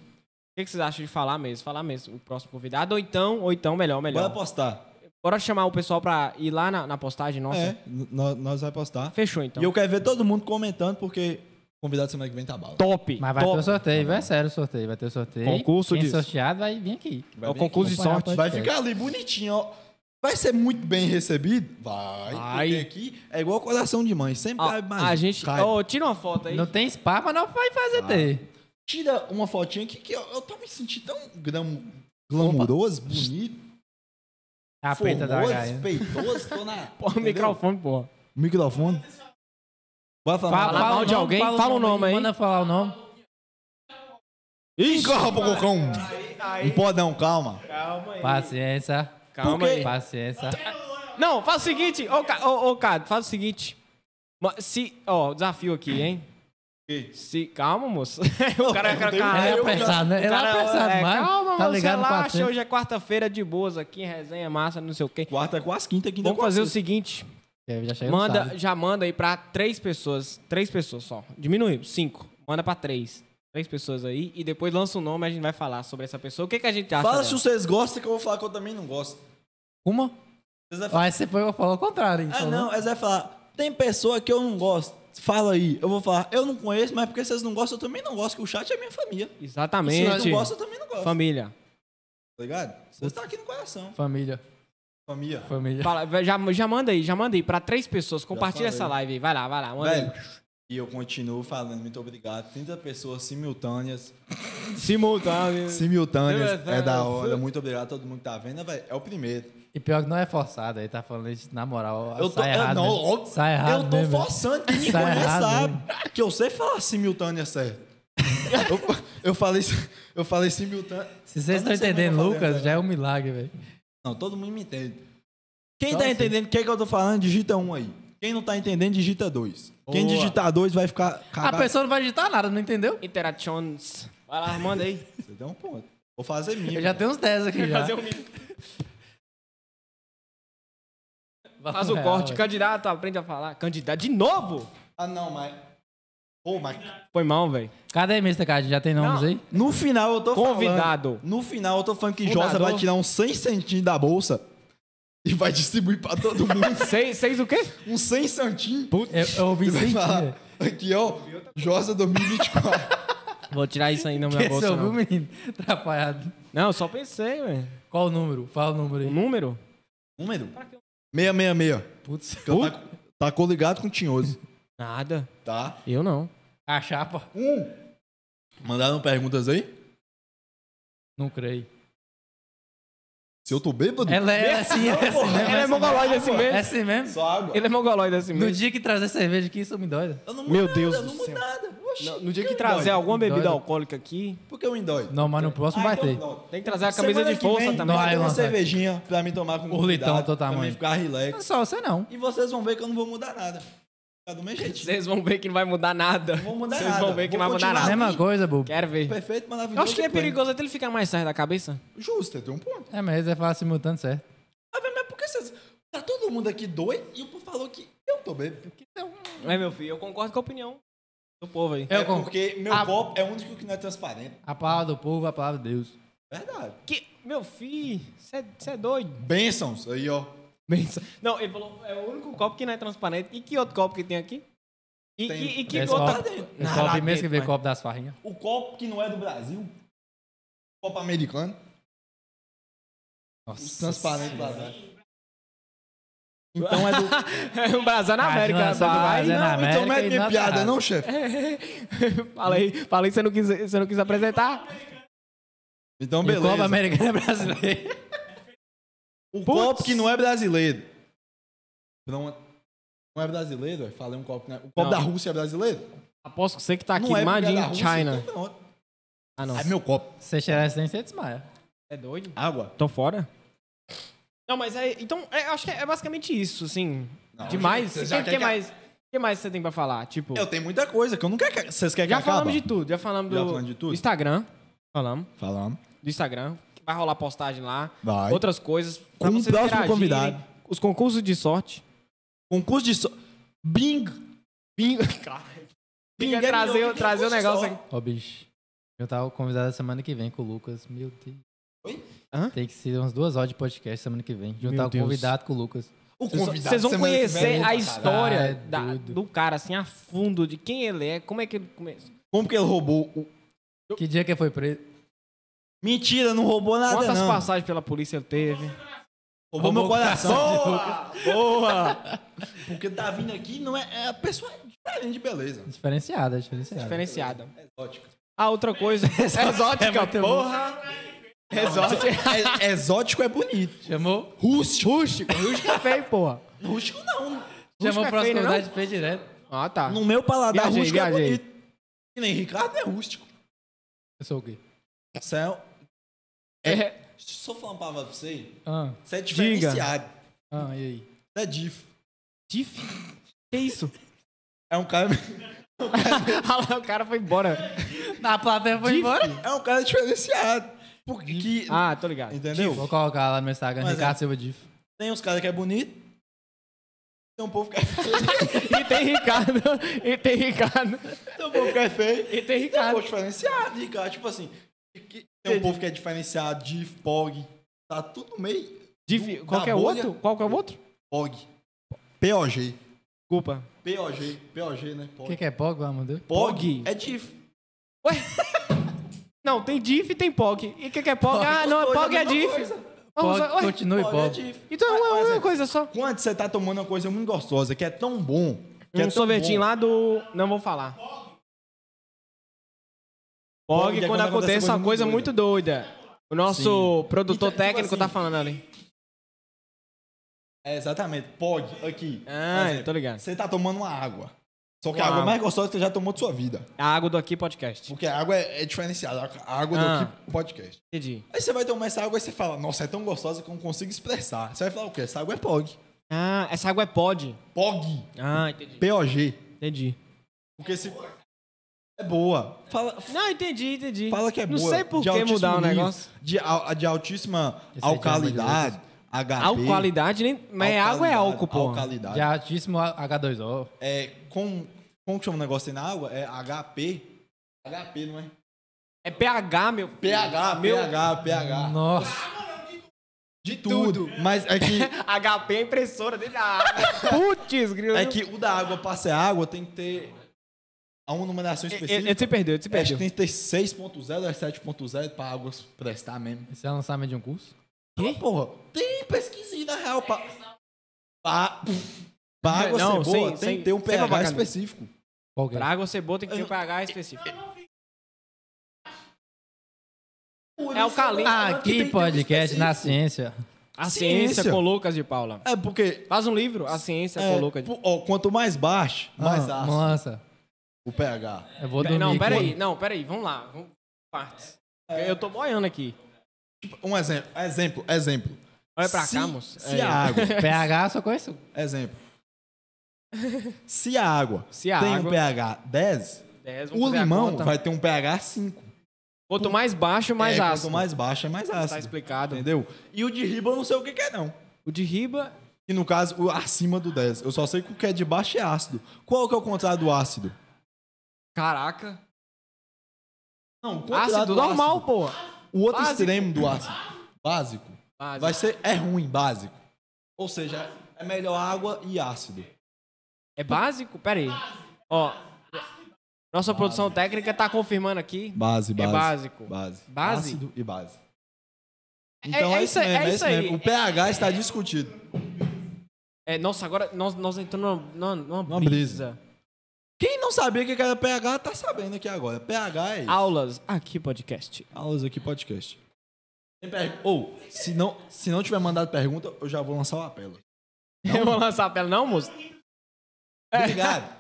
que vocês acham de falar mesmo? Falar mesmo, o próximo convidado, ou então, ou então, melhor,
bora
melhor.
apostar.
Bora chamar o pessoal pra ir lá na, na postagem nossa.
É, n- nó- nós vamos apostar.
Fechou, então.
E eu quero ver todo mundo comentando, porque convidado semana que vem tá bala.
Top.
Mas vai
top.
ter o sorteio, vai é sério o sorteio, vai ter o sorteio.
Concurso
Quem
disso.
sorteado vai vir aqui.
É
Vai
o
vir
concurso de
aqui, vou
sorte.
apanhar
Vai ficar ali bonitinho, ó. Vai ser muito bem recebido? Vai.
Vai.
porque aqui é igual coração de mãe. Sempre
Ó,
cabe mais.
a
um.
gente.
Cabe.
Ô, tira uma foto aí.
Não tem spa, mas não vai
Ah.
fazer ter.
Tira uma fotinha aqui que eu, eu tô me sentindo tão glam, glamouroso, bonito,
A preta da
formoso,
Gaia.
peitoso. Tô na.
Pô, o
entendeu?
microfone, porra.
Microfone. Vai falar.
Fala mal de alguém, fala o nome aí.
Manda falar o nome.
Ih, calma, Um Cocão. Não pode não, calma.
Calma aí.
Paciência.
Calma
Porque-
aí.
Paciência.
Não, faz o seguinte. Ô, Ca- ô, ô, Cado, faz o seguinte. Ma- Se. Ó, desafio aqui, hein?
quê?
Se. Calma, moço. o cara. O cara,
Não, não
Ele
cara,
é
eu-
apressado, né?
o
Ele é
cara-
apressado,
é,
mas
calma,
tá
moço,
ligado com
relaxa.
paciência.
Hoje é quarta-feira de boas aqui, resenha massa, não sei o quê.
Quarta é quase quinta, quinta é
Vamos fazer o
quase
seguinte.
É, já chega no
Manda,
sábado.
já manda aí pra três pessoas. Três pessoas só. Diminuiu, cinco. Manda pra três. Três pessoas aí e depois lança o nome e a gente vai falar sobre essa pessoa. O que, que a gente acha?
Fala
dela?
se vocês gostam que eu vou falar que eu também não gosto.
Uma?
Vocês vai falar,
Mas você Ah, foi falar o contrário. hein?
ah,
então,
Falou.
né?"
não, vocês vai falar, tem pessoa que eu não gosto. Fala aí, eu vou falar, eu não conheço, mas porque vocês não gostam, eu também não gosto, que o chat é minha família. Se vocês
Exatamente.
não gostam, eu também não gosto.
Família.
Tá ligado? Vocês estão aqui no coração.
Família.
Família.
Família.
Fala- já, já manda aí, já manda aí pra três pessoas. Compartilha
falei.
essa live aí. Vai lá, vai lá. Manda
Velho.
aí.
E eu continuo falando, muito obrigado. 30 pessoas simultâneas.
Simultâneo.
Simultâneas é da hora. Muito obrigado a todo mundo que tá vendo, velho. É o primeiro.
E pior que não é forçado, ele tá falando isso na moral.
Eu tô,
sai
eu-
errado.
não,
mesmo.
óbvio.
sai errado.
eu tô
mesmo. né?
forçando. Quem me
Sai
conhece
errado né?
sabe que eu sei falar simultânea certo. eu, eu falei, isso- eu falei simultâneo.
Se vocês
Eu não
estão
sei
entendendo,
como eu falei,
Lucas,
né?
já é um milagre, velho.
Não, todo mundo me entende. Quem
Só
tá
assim.
entendendo o que, que eu tô falando, digita um aí. Quem não tá entendendo, digita dois. Quem
Boa.
digitar dois Ah, vai ficar
A
cagado.
pessoa não vai digitar nada, não entendeu?
Interações. Vai lá, manda aí.
Você deu um ponto. Vou fazer minha.
Eu já tenho uns 10 aqui já.
Fazer um mimo. um- Faz o
é,
corte. Candidato, aprende a falar. Candidato de novo?
Ah, não, mas... Ô, mas...
Foi mal, velho.
Cadê Mr. Card? Já tem nomes
Não.
aí?
No final eu tô
Convidado.
falando... No final eu tô falando que
Fundador.
Josa vai tirar uns 100 centinhos da bolsa e vai distribuir pra todo mundo.
Seis, seis o quê?
uns 100 santinhos.
Eu, eu ouvi
E vai
sem
falar, Aqui, ó, Josa 2024.
Vou tirar isso aí na minha
Você
bolsa,
ouviu,
não.
é menino? Atrapalhado.
Não, só pensei, velho.
Qual o número? Fala o número
O
aí.
número?
Número? 666.
Putz.
Que eu Tá, tacou ligado com o Tinhoso.
Nada.
Tá?
Eu não.
A chapa?
Um. Mandaram perguntas aí?
Não creio.
Se eu tô bêbado?
Ela é assim, é assim mesmo.
Ele é mongoloide assim
É
mesmo.
assim mesmo.
Só água.
Ele é mongoloide assim
No
mesmo.
dia que trazer cerveja aqui, isso me dói.
Eu não
Meu Deus do
mudo
céu.
nada. Oxi,
No, no dia
por
que
eu
trazer
endoido?
alguma bebida
Doido.
alcoólica aqui,
Por que eu endoido?
Não, mas no próximo vai ter.
tem que trazer a camisa de força também.
Não,
Vai
aí
ter uma
não, tá.
cervejinha pra mim tomar com
litão
convidado,
do
Pra
tamanho.
mim ficar
Não é
relax.
só você não.
E vocês vão ver que eu não vou mudar nada. Tá do meu jeito.
Vocês vão ver que não vai mudar nada.
Não vou mudar
Vocês
nada.
vão ver que
Vou
não vai mudar
continuar
nada.
mesmo.
Mesma coisa, bobo.
Quero ver.
Perfeito, maravilhoso.
Eu acho que
e
é
pleno.
perigoso até ele ficar mais certo da cabeça.
Justo, tem um ponto.
É, mas você fala simultâneo certo.
Ah, mas por que vocês... Tá todo mundo aqui doido e o povo falou que eu tô bêbado.
É, meu filho, eu concordo com a opinião do povo aí.
Eu
é
concordo.
porque meu
Ah.
copo é o único que não é transparente.
A palavra do povo, a palavra de Deus.
Verdade.
Que, meu filho, você é doido.
Bênçãos aí, ó.
Benção. Não, ele falou, é o único copo que não é transparente. E que outro copo que tem aqui? E,
Tem.
e- e que
Esse
outro...
copo-
dentro.
Esse
Ah,
copo
lá
aí mesmo que
dentro,
vê
vai.
copo das farinhas.
O copo que não é do Brasil. Copo americano.
Nossa.
Transparente lá né? dentro. Então é do.
É um brasão na
Imagina,
América,
só que
vai.
o Brasil é na-
não, então não
América
é
e
minha
na
piada,
Terra.
não, chefe.
Fala aí, fala aí que você não quis, você não quis apresentar.
Então,
E o copo
beleza.
americano é brasileiro.
O
Putz.
copo que não é brasileiro. Não, não é brasileiro? eu Falei um copo que não é. O copo
Não.
da Rússia é brasileiro?
Aposto que você que tá aqui,
não é porque é
Made
da
in
Rússia,
China.
então pronto.
Ah, não.
É meu copo.
Se você cheirar esse dente, você desmaia.
É doido?
Água.
Tô fora. Não, mas é. Então, é, eu acho que é basicamente isso, assim.
Não,
Demais.
você
O
já
que,
quer
que
que-
mais? que mais você tem pra falar? Tipo,
Eu tenho muita coisa que eu não quero. que- Vocês querem que
já
acabe?
falamos de tudo. Já falamos
Já
do
falamos de tudo?
Instagram. Falamos.
Falamos.
Do Instagram. que Vai rolar postagem lá.
Vai.
Outras coisas. Pra
Com o
vocês
próximo
interagirem,
convidado.
Os concursos de sorte.
Concurso de. So... Bing.
Bing. Cara, Bing é trazer,
melhor que
trazer o
concurso de
negócio
sorte.
aqui.
Ó, bicho. Eu tava convidado semana que vem com o Lucas. Meu Deus.
Oi?
Hã?
Tem que ser umas duas horas de podcast semana que vem.
Meu
Juntar o
Deus.
convidado com o Lucas.
O
Vocês vão-
convidado
Vocês vão
semana que vem
conhecer
é
a
louco pra caralho.
história
Ah, é
da-
doido.
do cara, assim, a fundo, de quem ele é, como é que ele começa.
Como que ele roubou? o-
Que dia que ele foi preso?
Mentira, não roubou nada
Quantas
não.
passagens pela polícia ele teve?
Roubou
Roubou, meu
o
coração.
coração
Boa! Porque tá vindo aqui não é, é a pessoa diferente de beleza. É
Diferenciada, diferenciada.
Diferenciada.
Exótica.
Ah, outra coisa. É Exótica,
muito
porra. Exótica.
É- exótico é bonito.
Chamou?
Rústico. Rústico.
Rústica é feio, porra.
Rústico não.
Chamou
é
o próximo
feio, né,
convidado e fez direto.
Ah, tá.
No meu paladar,
Viajei,
rústico
viajei.
é bonito. E nem Ricardo é rústico.
Eu sou o quê?
Céu.
É.
Só falar uma palavra pra você.
Ah,
Você é
Diga.
diferenciado.
ah, e aí?
Você é diff.
Diff? Que isso?
É um cara.
Olha Ah, lá, o cara foi embora.
A plateia foi embora?
É um cara diferenciado. Porque. que-
Ah, tô ligado.
entendeu?
Vou colocar lá no meu Instagram,
Mas
Ricardo
é.
Silva Diff.
Tem uns caras que é bonito. Tem um povo que é
E tem Ricardo. E tem Ricardo.
Tem um povo que é feio.
E tem
Tem um povo
Ricardo.
diferenciado, Ricardo. Tipo assim, que- tem um povo que é diferenciado, div, pog. Tá tudo no meio.
Diff,
Da
qual que é o
bolha.
outro? Qual que é o outro?
Pog. POG.
Desculpa.
POG. POG, né?
O
Pog.
que, que é POG, pelo amor de Deus?
Pog?
É div.
Ué? Não, tem Diff e tem POG. E o que, que é POG? Ah, não,
Os dois
POG é
a mesma
Diff.
coisa.
Vamos
POG,
lá, ué.
continue
POG é
POG.
div.
Então é
Mas,
uma,
por
uma
exemplo,
coisa só.
Quando você tá tomando uma coisa muito gostosa, que é tão bom. Que é
Um
tão
sorvetinho
bom.
lá do. Não vou falar.
Pog
POG,
é
quando, acontece uma coisa muito doida. O nosso produtor
E tá- tipo
técnico tá
assim-
falando ali.
É, exatamente. Pog, aqui.
Ah,
Por exemplo,
tô ligado.
Você tá tomando uma água. Só que
Com
a água
água.
mais gostosa que você já tomou de sua vida.
A água do Aqui Podcast.
Porque a água é, é diferenciada. A água
Ah.
do que podcast.
Entendi.
Aí você vai tomar essa água e você fala, nossa, é tão gostosa que eu não consigo expressar. Você vai falar o quê? Essa água é POG.
Ah, essa água é pod.
POG.
Ah, entendi.
P-O-G.
Entendi.
Porque se... É boa. Fala,
Não, entendi, entendi.
fala que é
Não
boa.
sei por que
De altíssimo
mudar o
nível,
negócio.
De, al- de altíssima
Esse aí tem água de
alcalidade, HP.
Alqualidade, nem. Mas água é
alcalidade,
álcool, pô.
Alcalidade.
De altíssimo H2O.
É, com, como que chama o negócio aí na água? É HP. HP, não é?
É pH, meu.
pH,
meu.
pH, pH.
Nossa,
De tudo. Mas é que,
HP é a impressora dele da água. Putz, grilo.
é que o da água pra ser água tem que ter uma numeração
Ele-
específica.
Ele ele se perdeu, ele se
Acho
perdeu.
que tem que ter 6.0 ou é 7.0 pra água prestar mesmo.
esse é o lançamento de um curso?
Tá
Ah, porra, tem pesquisinha na real. Pra, pra, pra água
Não,
ser
sem-
boa, tem
sem-
que ter um
sem
pH
propaganda.
específico.
Qual que é?
Pra água ser boa, tem que ter um pH específico. É alcalino.
um
Aqui, podcast na ciência.
A ciência,
Ciência.
com Lucas de Paula.
É porque...
Faz um livro, A Ciência
é,
com Lucas de
pu- ó, quanto mais baixo, mais
Ah,
ácido
Nossa,
o pH.
eu vou
Paula.
dormir.
Não,
com-
peraí, não, peraí, vamos lá. Vamos partes.
É.
Eu tô boiando aqui.
Um exemplo, exemplo, exemplo.
Olha pra
se,
cá, moço.
Se
É.
a água,
PH só conheço.
exemplo. Se a água
Se a
tem
água-
um pH 10,
Dez, É, vamos
o
fazer a
limão
conta.
vai ter um pH 5.
Quanto mais baixo, mais
É,
ácido.
Quanto mais baixo, é mais
Tá
ácido.
explicado.
entendeu? E o de riba eu não sei o que que é, não.
O de riba
E no caso, o acima do 10. Eu só sei que o que é de baixo é ácido. Qual que é o contrário do ácido?
Caraca.
Não, o contrário
Ácido
do
normal,
ácido.
pô.
O outro
Básico.
extremo do ácido. Básico.
Básico.
Vai ser, é ruim, básico. Ou seja, é melhor água e ácido.
É básico? Pera aí. Ó. Nossa produção técnica tá confirmando aqui.
Base, base.
É básico.
Base.
Base?
Ácido e base.
É- é
Então é,
isso
isso
aí,
mesmo,
é
é
isso
isso
aí.
mesmo. O pH está discutido.
É, nossa, agora nós, nós entramos numa, numa, numa
Numa
brisa.
brisa. Quem não sabia o que era pH, tá sabendo aqui agora. pH é isso.
Aulas
Ah,
aqui, podcast.
Aulas aqui, podcast. Tem per- Ou, se não, se não tiver mandado pergunta, eu já vou lançar o apelo.
Eu vou lançar a pele, não, moço?
É.
Obrigado.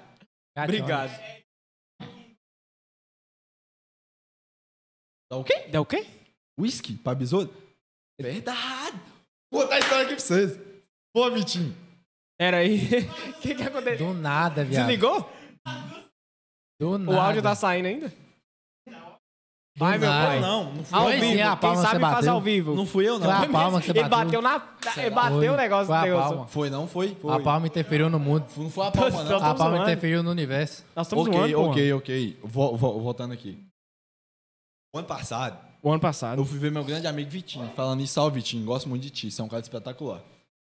Obrigado.
Tá ok?
Deu o quê?
Whisky pra besouro? Verdade. Vou contar a história aqui pra vocês. Pô, Vitinho.
Pera aí. O que que aconteceu?
Do nada, viado.
Desligou?
Do nada.
O áudio tá saindo ainda? Vai, meu
nada.
pai.
Não, não fui
Ao
Foi Ah, sim,
vivo.
é, a
Quem
palma
sabe
você
faz
bateu.
ao vivo.
eu. Não fui eu, não.
Foi a palma que você
Ele
bateu.
bateu na... Ele bateu o negócio.
Foi a
Deus.
palma.
Foi, não foi? Foi.
A palma interferiu no mundo.
Não foi a palma, não. Ah,
Nós
A
estamos
palma
zoando.
interferiu no universo.
Nós estamos
Ok,
zoando, pô.
ok, ok. Vo- vo- voltando aqui. O ano passado,
O ano passado.
eu fui ver meu grande amigo Vitinho. Falando em salve, Vitinho. Gosto muito de ti. Você é um cara espetacular.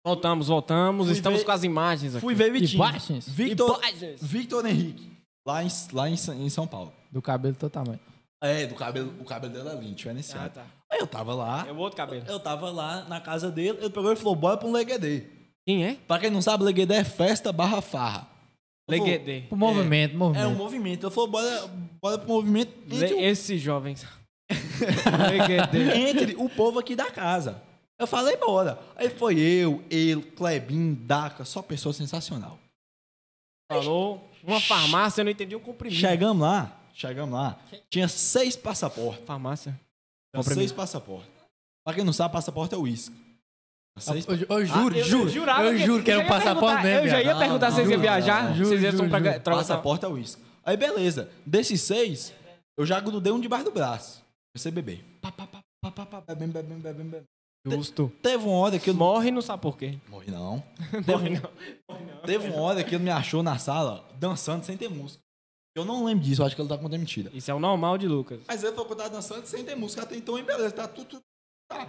Voltamos, voltamos.
Fui
Estamos
ver-
com as imagens aqui.
Fui ver Vitinho.
Imagens?
Victor,
Imagens.
Victor Henrique. Lá, em, lá em, Sa- em São Paulo.
Do cabelo do teu tamanho.
É, do cabelo, o cabelo dele é lindo,
Ah,
diferenciado.
tá.
Aí eu tava lá,
É o outro cabelo.
eu tava lá na casa dele, ele pegou e falou, bora pra um leguedê.
Quem é?
Pra quem não sabe, leguedê é festa barra farra. Eu falou,
Leguedê.
O movimento,
Uhum.
É um
movimento.
movimento. Ele falou, bora, bora pro movimento entre,
Le-
o-
Esses jovens. Leguedê.
entre o povo aqui da casa. Eu falei, bora. Aí foi eu, ele, Clebin, Daca, só pessoa sensacional.
Uhum. Falou uma farmácia, eu não entendi o comprimido.
Chegamos lá, chegamos lá, tinha seis passaportes.
Farmácia.
São
Compra
Então, seis passaportes. Pra quem não sabe, passaporte é o uísque. Seis
Eu, eu juro,
Ah, eu
juro.
jurava
eu
que-
juro que
eu
era
ia
um
perguntar-
passaporte mesmo.
eu já
viado.
ia perguntar se vocês iam
juro,
viajar,
não, não.
vocês iam
Juro,
pra-
juro, juro.
trocar-
passaporte é o uísque. Aí beleza, desses seis, eu já grudei um debaixo do braço. Comecei a beber. Pá, pá, pá, pá, pá, pá, bebendo, bebendo, bebendo, bebendo.
Justo.
Teve uma hora que eu...
Morre e não sabe por quê.
Morri não.
é Morre não.
Teve uma hora que ele me achou na sala dançando sem ter música. Eu não lembro disso, eu acho que ele tá contando mentira.
Isso é o normal de Lucas.
Mas ele falou que eu tava dançando sem ter música até então, hein, beleza, tá tudo... tudo- Tá.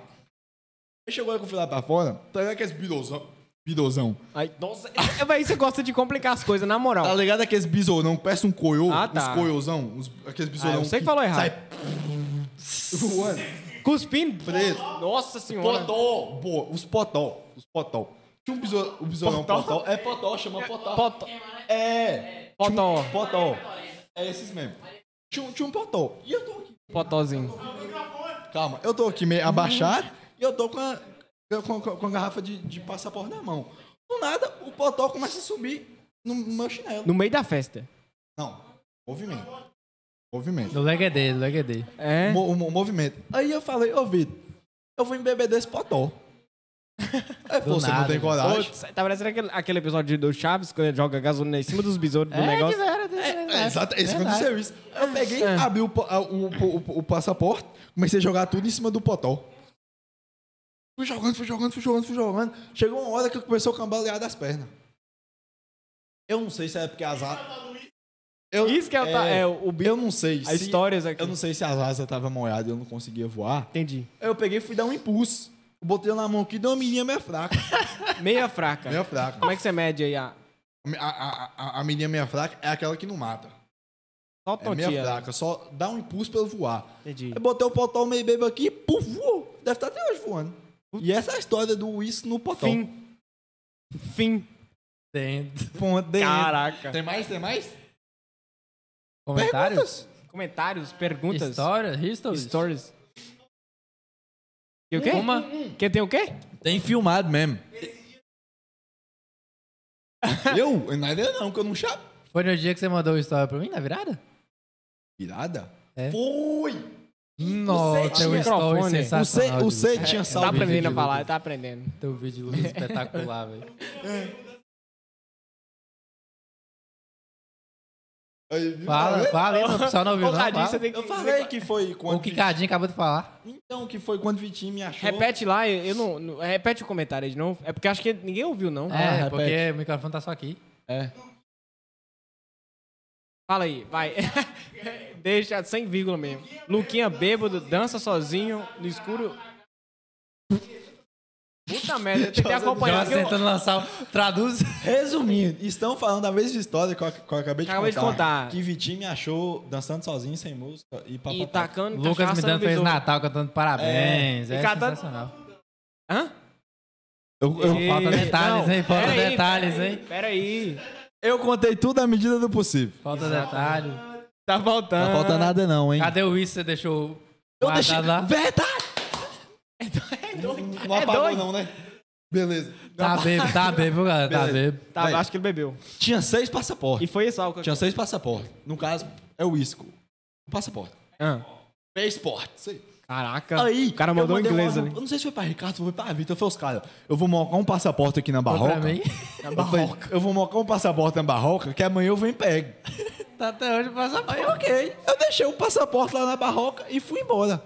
Aí chegou aí que eu fui lá pra fora, tá ligado aqueles bidozão, bidozão
Ai, nossa, é, mas você gosta de complicar as coisas, na
Tá
moral.
ligado aqueles besourão que parece um coiô?
Ah, tá.
Uns coiôzão? Uns, aqueles
Ah,
besourão.
eu sei que falou errado.
Sai voando.
Cuspindo.
Preso.
Nossa senhora.
Potó. Boa, os potó. Os potó. Tinha um besourão, o besourão
Potó?
potó? É potó, chama potó.
Potó.
É.
Potó.
Tinha um Potó. É esses mesmo. Tinha, um- tinha um potó. E eu tô aqui.
Potózinho.
Calma, eu tô aqui
Uhum.
meio abaixado e eu tô com a, com, com- com a garrafa de, de passaporte na mão. Do nada, o potó começa a subir. no meu chinelo.
No meio da festa.
Não, movimento. Movimento.
Do Leguedê, do Leguedê.
É.
Mo- mo- movimento. Aí eu falei, ô Vitor, eu vou embeber desse potó. Aí ele falou, você não
nada,
tem
velho.
coragem?
Ô, tá parecendo aquele, aquele episódio do Chaves, quando ele joga gasolina em cima dos besouros do
é,
negócio.
de verdade, de
É,
verdade.
exato, isso
Verdade.
aconteceu isso. Eu peguei,
É.
abri o, po- a- o, po- o, po- o passaporte, comecei a jogar tudo em cima do potó. Fui jogando, fui jogando, fui jogando, fui jogando. Chegou uma hora que eu comecei a cambalear das pernas. Eu não sei se é porque as asas. Eu,
Isso que é, o ta- é o o bi-
Eu não sei.
As
se-
histórias aqui.
Eu não sei se as asas estavam molhadas e eu não conseguia voar.
Entendi.
Aí eu peguei e fui dar um impulso. Botei na mão aqui, deu uma menina meia fraca.
Meia fraca.
meia fraca.
Como é que você mede aí a.
A, a, a, a menina meia fraca é aquela que não mata.
Só
É meia
tontia.
fraca, só dá um impulso pra eu voar.
Entendi.
Aí botei o potol meio bebo aqui, puf, voou. Deve estar até hoje voando. E essa é a história do isso no potol.
Fim. Fim.
Dentro.
Ponto dentro.
Caraca.
Tem mais? Tem mais?
Comentários?
Comentários, perguntas,
Histórias? Histories?
stories. E
Hum,
o quê?
Uma.
Que tem o quê?
Tem filmado mesmo. eu? Não era não, que eu não chapei.
Foi no dia que você mandou o story pra mim, na virada?
Virada?
É.
Foi!
Nossa,
tinha
teu story
microfone.
sensacional.
O C- o C
Luiz.
tinha
Tá,
Tá
É,
salvo
teu
aprendendo
vídeo
a
de
falar,
luz-
tá aprendendo.
Teu vídeo de luz espetacular, velho.
Aí, viu?
Fala, fala aí, mano. Só não ouviu, não.
Cocadinho, você
Fala.
tem que...
Eu falei que foi quando.
O Kikadinho acabou de falar.
Então, que foi quando o Vitinho me achou.
Repete lá, eu eu não, não- Repete o comentário aí de novo. É porque acho que ninguém ouviu, não. Ah,
É,
repete.
porque o microfone tá só aqui.
É.
Fala aí, vai. Deixa sem vírgula mesmo. Luquinha bêbado, dança sozinho, no escuro. Puta merda, eu tentei acompanhar
Já
aqui. Eu
tentando lançar. o- Traduz.
Resumindo, estão falando a mesma história que eu, que eu acabei de
Acabei de
contar.
contar.
Que Vitinho me achou dançando sozinho, sem música e papapá.
e tá tacando
Lucas me
cachaça no
dando feliz
besouro.
Natal cantando parabéns.
É.
É,
E catando-
sensacional.
Hã?
Eu, eu-
E-
falta detalhes, hein? Falta
pera aí,
detalhes,
pera aí,
hein?
Pera aí.
eu contei tudo à medida do possível.
Falta detalhe.
Tá faltando.
Não falta nada não, hein?
Cadê o uísque que você deixou
Eu deixei...
guardado lá?
Verdade! Não
É
apagou
doido.
não, né? Beleza.
Tá bebo, tá bebo, galera. Tá
Beleza.
bebo.
Tá,
Vai.
acho que ele bebeu.
Tinha seis
E
passaportes.
foi esse álcool.
Tinha seis passaportes. No caso, é o isco. O passaporte.
Ah,
Passaporte. Isso aí.
Caraca.
Aí,
o cara mandou
eu
em
mandei
inglês
uma-
ali.
Eu não sei se foi pra Ricardo, se foi pra Vitor. Eu falei, os caras, eu vou montar um passaporte aqui na
Pra
Barroca.
mim,
Eu falei, Eu vou mocar um passaporte na barroca, que amanhã eu venho e pego.
tá até hoje passando.
Aí, ok. Eu deixei o passaporte lá na barroca e fui embora.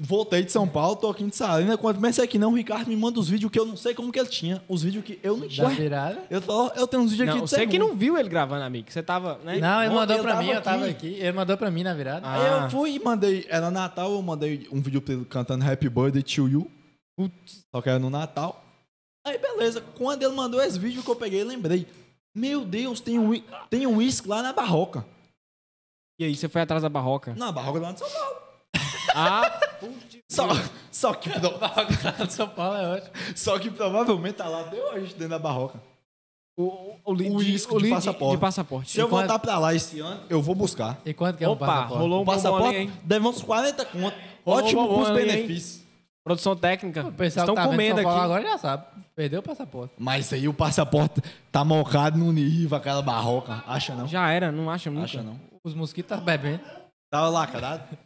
Voltei de São Paulo, tô aqui em Salina. Quando pensei que não, o Ricardo me manda os vídeos que eu não sei como que ele tinha. Os vídeos que eu não
Da
tinha.
virada.
Eu, tô, eu tenho uns vídeos
Não,
aqui de
você
ser
que
ruim.
não viu ele gravando, amigo. Você tava, né?
Não, ele
Ontem
mandou
eu
pra
tava
mim, eu tava
aqui.
aqui. Ele mandou pra mim na virada.
Ah.
Aí eu fui e mandei. Era Natal, eu mandei um vídeo pra ele cantando Happy Birthday to You. Putz, só que era no Natal. Aí beleza, quando ele mandou esse vídeo que eu peguei, lembrei. Meu Deus, tem um, uí- tem um uísque lá na barroca.
E aí, você foi atrás da barroca.
Não, a barroca lá de São Paulo.
Ah,
Só, só, que, pro-
São Paulo é ótimo.
só que provavelmente tá lá até hoje dentro da barroca.
o, o, o, li-
O uísque
o
de
li-
passaporte.
de passaporte.
Se eu
quanto-
voltar pra lá esse ano, eu vou buscar.
E quanto que é um
Opa,
passaporte?
rolou um
O
passaporte,
passaporte
hein?
deve uns 40 conto.
Bom,
Ótimo
bom, bom, hein,
custo-benefício.
Produção técnica.
O pessoal
Estão
que tá vendo
comendo
São Paulo
aqui.
agora já sabe. Perdeu o passaporte.
Mas aí o passaporte tá mocado no nível, aquela barroca. Acha não?
Já era, não acha nunca.
Acha não.
Os mosquitos tá bebendo.
Tava lacrado.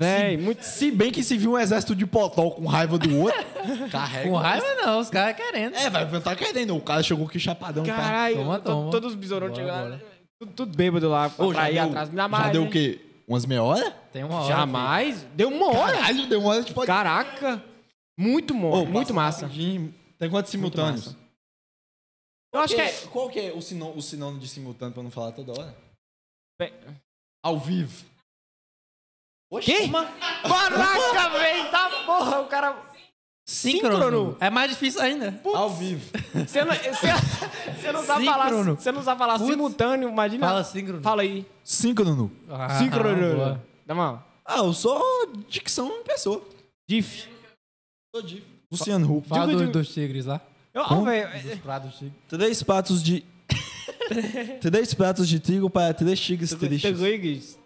Véi, muito.
Se bem que se viu um exército de potol com raiva do outro, carrega.
Com raiva não, os caras querendo.
É, vai tá querendo. O cara chegou aqui chapadão. tá?
Caralho,
Toma,
to-
toma.
todos os besouros
Bora,
chegam lá.
bora.
Tudo, tudo bêbado lá pra
Ô, já
ir
deu,
Tá atrás. Me dá
já
mais,
deu
hein?
o quê? Umas meia hora?
Tem uma hora.
Jamais? Deu uma hora.
Caralho, deu uma hora de podcast.
Caraca. Muito mole,
Ô,
muito
passa
massa.
rapidinho. Tem quantos simultâneos?
Eu acho que é.
Qual que é o, sinô- o sinônimo de simultâneo pra não falar toda hora?
Pe-
Ao vivo.
Quê? Caraca, velho, tá porra, o cara.
Síncrono.
Síncrono.
É mais difícil ainda.
Ao vivo.
Você não, você, você não sabe falar,
Síncrono.
você não sabe falar simultâneo, imagina.
Fala
assim.
síncrono.
Fala aí.
Síncrono.
Ah,
Síncrono.
boa.
Dá uma.
Ah, eu sou dicção em pessoa.
Diff.
Sou de Luciano Huck.
Fala
Digo,
do-
digo.
dos tigres lá.
Eu, ó,
Como?
velho, é,
Dos prados tigres.
Três pratos de... três pratos de trigo para três tigres tristes. Hum.
Rodrigues,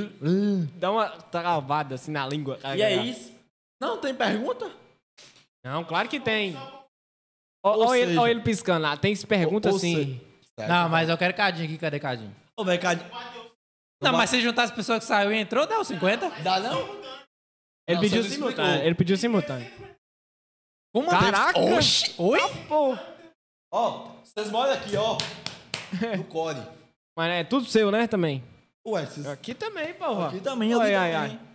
uh, Dá uma travada assim na
é
língua.
isso? Não, tem pergunta?
Não, claro que tem. Olha
Ou
ele,
seja-
ó ele piscando lá. Tem se pergunta
Ou- ou
assim.
seja- Certo.
Não, mas eu quero Cadinho aqui. Cadê Cadinho?
Ô, velho, cadê?
Não, mas se juntar as pessoas que saiu e entrou, dá os 50?
Dá não?
Ele
Não,
pediu
você não
simultâneo.
explicou.
Ele pediu simultâneo.
Uma
Caraca!
vez- Oxi! Oi?
Pô.
Ó, vocês moram aqui, ó. No core.
Mas é tudo seu, né, também?
Ué, vocês...
Aqui também, porra.
Aqui também,
É. Ai,
ali
ai,
também.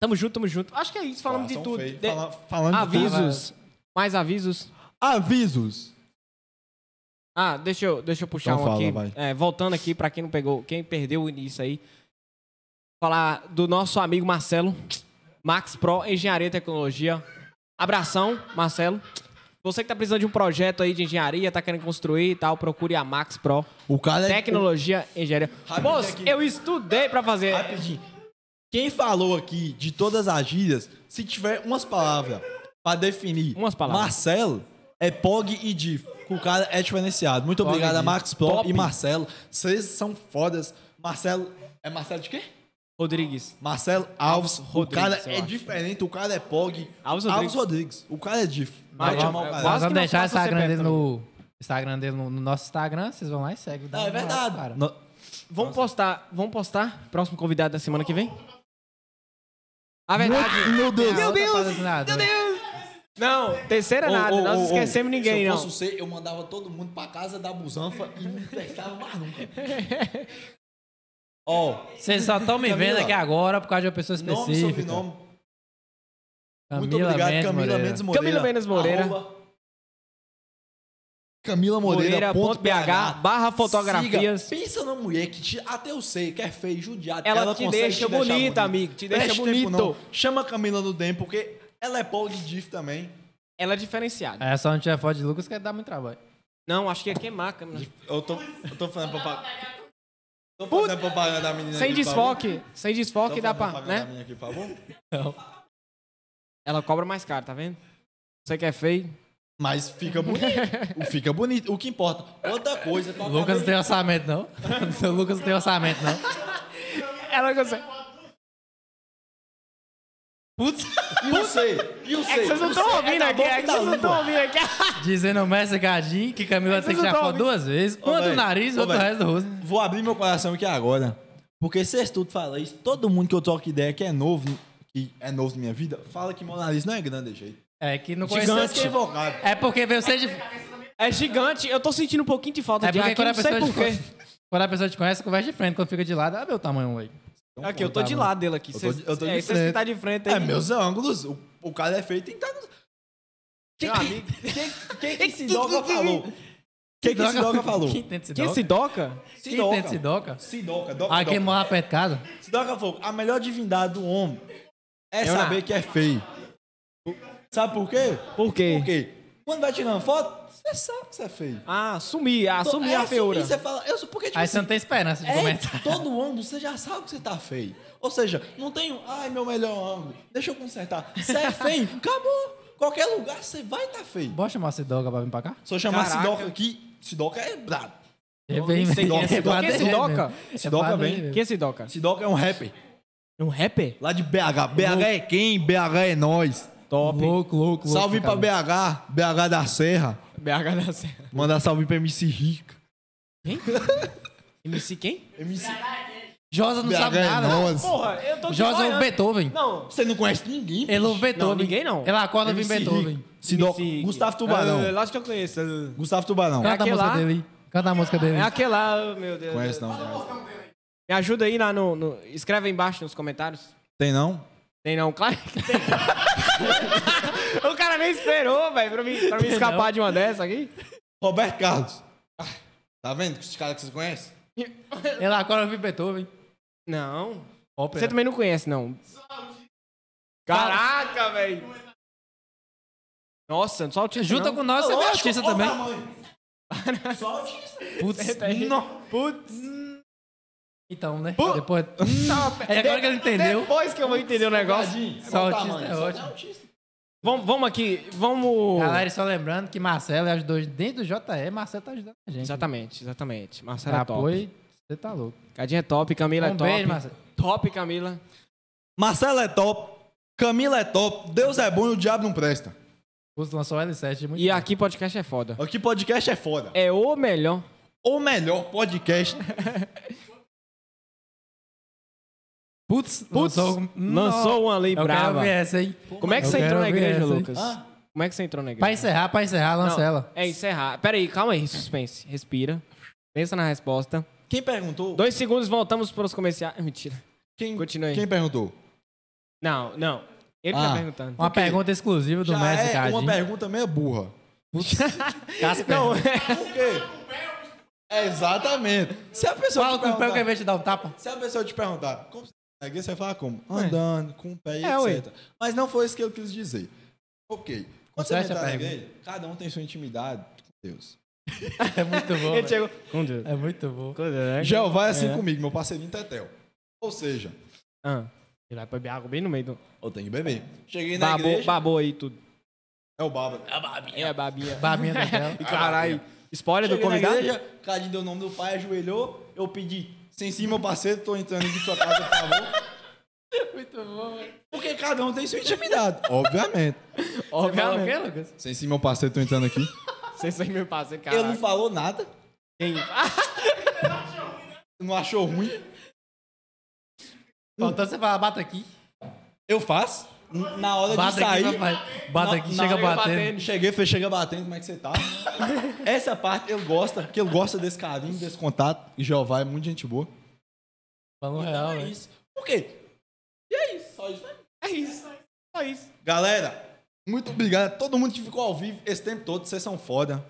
Tamo junto, tamo junto. Acho que é isso, falamos de
Falação
tudo.
feia.
De-
Fala- Falando de tudo. né?
Avisos. Mais avisos.
Avisos.
Ah, deixa eu, deixa eu puxar
Então
um
fala,
aqui.
vai.
É, voltando aqui, pra quem não pegou, quem perdeu o início aí. Falar do nosso amigo Marcelo, Max Pro, Engenharia e Tecnologia. Abração, Marcelo. Você que tá precisando de um projeto aí de engenharia, tá querendo construir e tal, procure a Max Pro.
O cara é...
Tecnologia, engenharia.
Rapidinho
Moço,
aqui.
eu estudei pra fazer.
é Rapidinho. Quem falou aqui de todas as gírias, se tiver umas palavras pra definir
Umas palavras.
Marcelo, é POG e DIF. que O cara é diferenciado. Muito
Pog e
obrigado a
Div.
Max Pro
Top.
e Marcelo. Vocês são fodas. Marcelo... É Marcelo de quê?
Rodrigues.
Marcelo Alves.
Rodrigues,
o cara
eu
é
acho.
diferente. O cara é POG.
Alves
Alves Rodrigues. O cara é DIF. Vai
Mas-
chamar o
mas-
cara.
Quase
Nós
que
vamos
não
deixar o
faço o
Instagram
CPF
dele no. Instagram dele no, no nosso Instagram, vocês vão lá e seguem.
Não, é verdade. No-
Vamos postar, vamos postar. Próximo convidado da semana que vem? A verdade.
Meu Deus.
Meu Deus!
Meu
Não, terceira nada.
Ô, ô,
Nós
ô, ô,
esquecemos ninguém,
Se eu
não.
fosse você, eu mandava todo mundo pra casa da busanfa e não testava mais nunca. Ó,
Vocês só estão me vendo
Camila.
aqui agora por causa de uma pessoa
nome e
específica.
sobrenome.
Camila
Muito obrigado,
Mendes
Camila
Moreira.
Mendes Moreira.
Camila Mendes Moreira.
Arroba Camila Moreira. ponto
Moreira.bh barra fotografias.
Siga. Pensa na mulher que te, até eu sei que é feio, judiado.
Ela te
consegue
deixa
te deixar
bonita,
bonita.
amigo, te deixa
Perde tempo,
bonito.
não. Chama a Camila no DEM, porque ela é pog diff também.
Ela é
Ah.
diferenciada.
É, só não tiver foto de Lucas que dá muito trabalho.
Não, acho que é ia queimar a câmera.
Eu tô, eu tô fazendo propaganda. Tô fazendo propaganda da menina
Sem
aqui, por
desfoque. Sem
favor.
desfoque
Tô
dá
fazendo
pra.
Então propaganda da
Né?
menina aqui, por favor.
Ela cobra mais caro, tá vendo? Você que é feio.
Mas fica bonito. O- fica bonito. O que importa. Outra coisa.
O Lucas não tem orçamento, não. o Lucas não tem orçamento, não.
Ela consegue.
Putz,
E eu sei. E eu sei.
É que vocês não
eu
estão
sei,
ouvindo
da
aqui.
boca
É que
da
vocês não estão
língua.
ouvindo aqui.
dizendo o mestre Gadinho que Camila tem que
vocês
tirar
não
foto
tão
duas vezes.
Ô,
Uma do
véi,
nariz e
ô,
outra do
véi.
resto do rosto.
Vou abrir meu coração aqui agora. Porque vocês tudo falam isso. Todo mundo que eu troco ideia que é novo, que é novo na minha vida, fala que meu nariz não é grande, jeito.
É que não
Vocês
conhece.
que é advogado.
É porque veio ser de.
É gigante. Eu tô sentindo um pouquinho de falta
É
de ar aqui.
porque quando
Não
a
sei
pessoa te
porquê.
conhece. Quando a pessoa te conhece, conversa de frente. Quando fica de lado, ah, meu tamanho, ué.
Aqui, eu tô de
Tá bom.
lado dele aqui.
Eu tô
Vocês
de- eu tô de
é, vocês que
frente.
Então, tá de frente aí.
É meus ângulos. O, o cara é feio tem que estar nos.
Meu amigo.
Quem que esse doga falou? Quem que esse doga falou?
Quem tenta se
Quem
um
doca?
se doca?
Se
Quem tenta se doca?
Sidoca,
Ah,
doca,
quem
doca.
mora perto de casa?
Sidoca falou, a melhor divindade do homem é
Eu
saber
não.
que é feio. Sabe por quê?
Por quê?
Porque quando vai tirando foto, você sabe que você é feio.
Ah, sumir, assumir
É,
a feura.
Você fala, eu sou porque tipo
Aí
assim,
você não tem esperança de
É,
comentar.
todo ângulo você já sabe que você tá feio. Ou seja, não tem um, ai, meu melhor ângulo, deixa eu consertar. Você é feio, acabou. Qualquer lugar você vai tá feio.
Bora chamar esse doga pra vir pra cá?
Se eu chamar
Caraca.
Sidoca aqui, Sidoca é brabo.
É bem
nem sei quem é
é
esse doca.
pra
Quem é esse
derrer
doca?
mesmo.
Esse
É
doca
pra
vem.
derrer.
Quem é esse doca?
Sidoca é um rapper.
É um rapper?
Lá de BH. BH é quem? BH é nós.
Top.
Louco, louco, louco.
Salve pra
cara.
BH, BH da Serra.
BH da Serra.
Mandar salve pra MC Rica.
MC quem?
MC...
Josa não
BH
sabe
é
nada. né?
nós.
Porra, eu tô de
Josa é
Goiânia.
o Beethoven.
Não.
Você não conhece ninguém?
Ele ouve Beethoven.
ninguém não.
Ele acorda ouvindo
MC
Beethoven.
Rica. Sidoca.
MC
Gustavo Tubarão.
Ah, lógico que eu conheço.
Gustavo Tubarão.
Canta a
aquele
música
lá?
dele aí. Canta a música
É
dele aí.
aquele lá, meu Deus.
né?
Conhece não. conhece.
Me ajuda aí lá no, no- Escreve aí embaixo nos comentários.
Tem não?
Tem não, claro que tem. o cara nem esperou, velho, pra mim, pra mim
Tem
escapar
não.
de uma dessa aqui.
Roberto Carlos. Ah, Tá vendo que os caras que vocês conhecem?
Ele acorda ouvindo Beethoven.
Não.
Ópera.
Você também não conhece, não. Caraca, velho. Nossa, só o Tito.
Junta
não.
com nós, você é artista também.
Só artista. É,
Putz.
Não. Putz.
Então, né?
Put-
Depois...
É
agora que ele entendeu.
Depois que eu vou entender o negócio.
Só autista é ótimo.
Vamos, vamos aqui, vamos.
Galera, e só lembrando que Marcelo ajudou dentro do JE. Marcelo tá ajudando a gente. Tá
Exatamente, exatamente. Marcelo é top.
Apoio. Você tá louco.
Cadinha é top, Camila é
um
top.
beijo, Marcelo.
Top, Camila.
Marcelo é top. Camila é top. Deus é bom e o diabo não presta.
Os lançou o L7 de muito
E
tempo.
aqui podcast é foda.
Aqui podcast é foda.
É o melhor.
Ou melhor, podcast.
Putz,
Putz,
lançou,
lançou uma lei
Eu quero
brava.
ver essa, hein?
Como é que
Eu
você entrou
quero
na
ver
igreja,
essa, hein? Ah,
Lucas?
Hã?
Como é que você entrou na igreja?
Pra encerrar, pra encerrar,
Não,
lança ela.
É encerrar. Pera aí, calma aí, suspense. Respira. Pensa na resposta.
Quem perguntou?
Dois segundos, voltamos para os comerciais. Ah, Mentira.
Quem,
Continue aí.
quem perguntou?
Não, não. Ele tá
Ah.
perguntando.
Uma pergunta exclusiva do
Já
Mestre
é
Cadinho.
uma pergunta meio burra.
Casper.
Não,
Por quê? Exatamente. Se a pessoa
Fala
te
com o pé que
perguntar-
ao invés de dar um tapa.
Se a pessoa te perguntar como você consegue, você fala como? Andando, com o pé e
É, ué.
etc. Mas não foi isso que eu quis dizer. Ok. Quando você
Conserta
entrar
a
na
pergunta.
igreja, cada um tem sua intimidade com Deus.
É muito bom.
ele
velho.
chegou. Com Deus.
É muito bom.
Com Deus, né?
Jeová é assim
É.
comigo, meu parceirinho Tetel. Ou seja,
Ah, ele vai beber água bem no meio do.
eu tenho que beber. Cheguei na
Babou,
igreja.
babou aí tudo.
É o baba.
É, babinha.
Babinha da tela.
E caralho. Spoiler do
Cheguei na
convidado?
igreja, Cadinho deu o nome do pai, ajoelhou. Eu pedi, sem si, meu parceiro, tô entrando aqui em sua casa, por favor.
Muito bom, velho.
Porque cada um tem sua intimidade. Obviamente.
Fala o quê,
Obviamente.
Lucas?
Sem si, meu parceiro, tô entrando aqui.
Vocês são meu parceiro,
Ele não
caralho.
falou nada,
Quem? Ah,
não achou ruim.
Faltou você falar, bata aqui.
Eu faço. N- Na hora
Bata
de sair.
aqui, papai. Bata
Na-
aqui, chega
na hora
que eu
batendo.
bater.
Cheguei, falei, chega batendo, como é que você tá? Essa parte ele gosta, porque ele gosta desse carinho, desse contato. E Jeová é muito gente boa.
Falou real, é, velho.
é isso. Por quê? E é isso, só isso, né?
É isso. Só isso.
Galera, muito obrigado a todo mundo que ficou ao vivo esse tempo todo. Vocês são foda.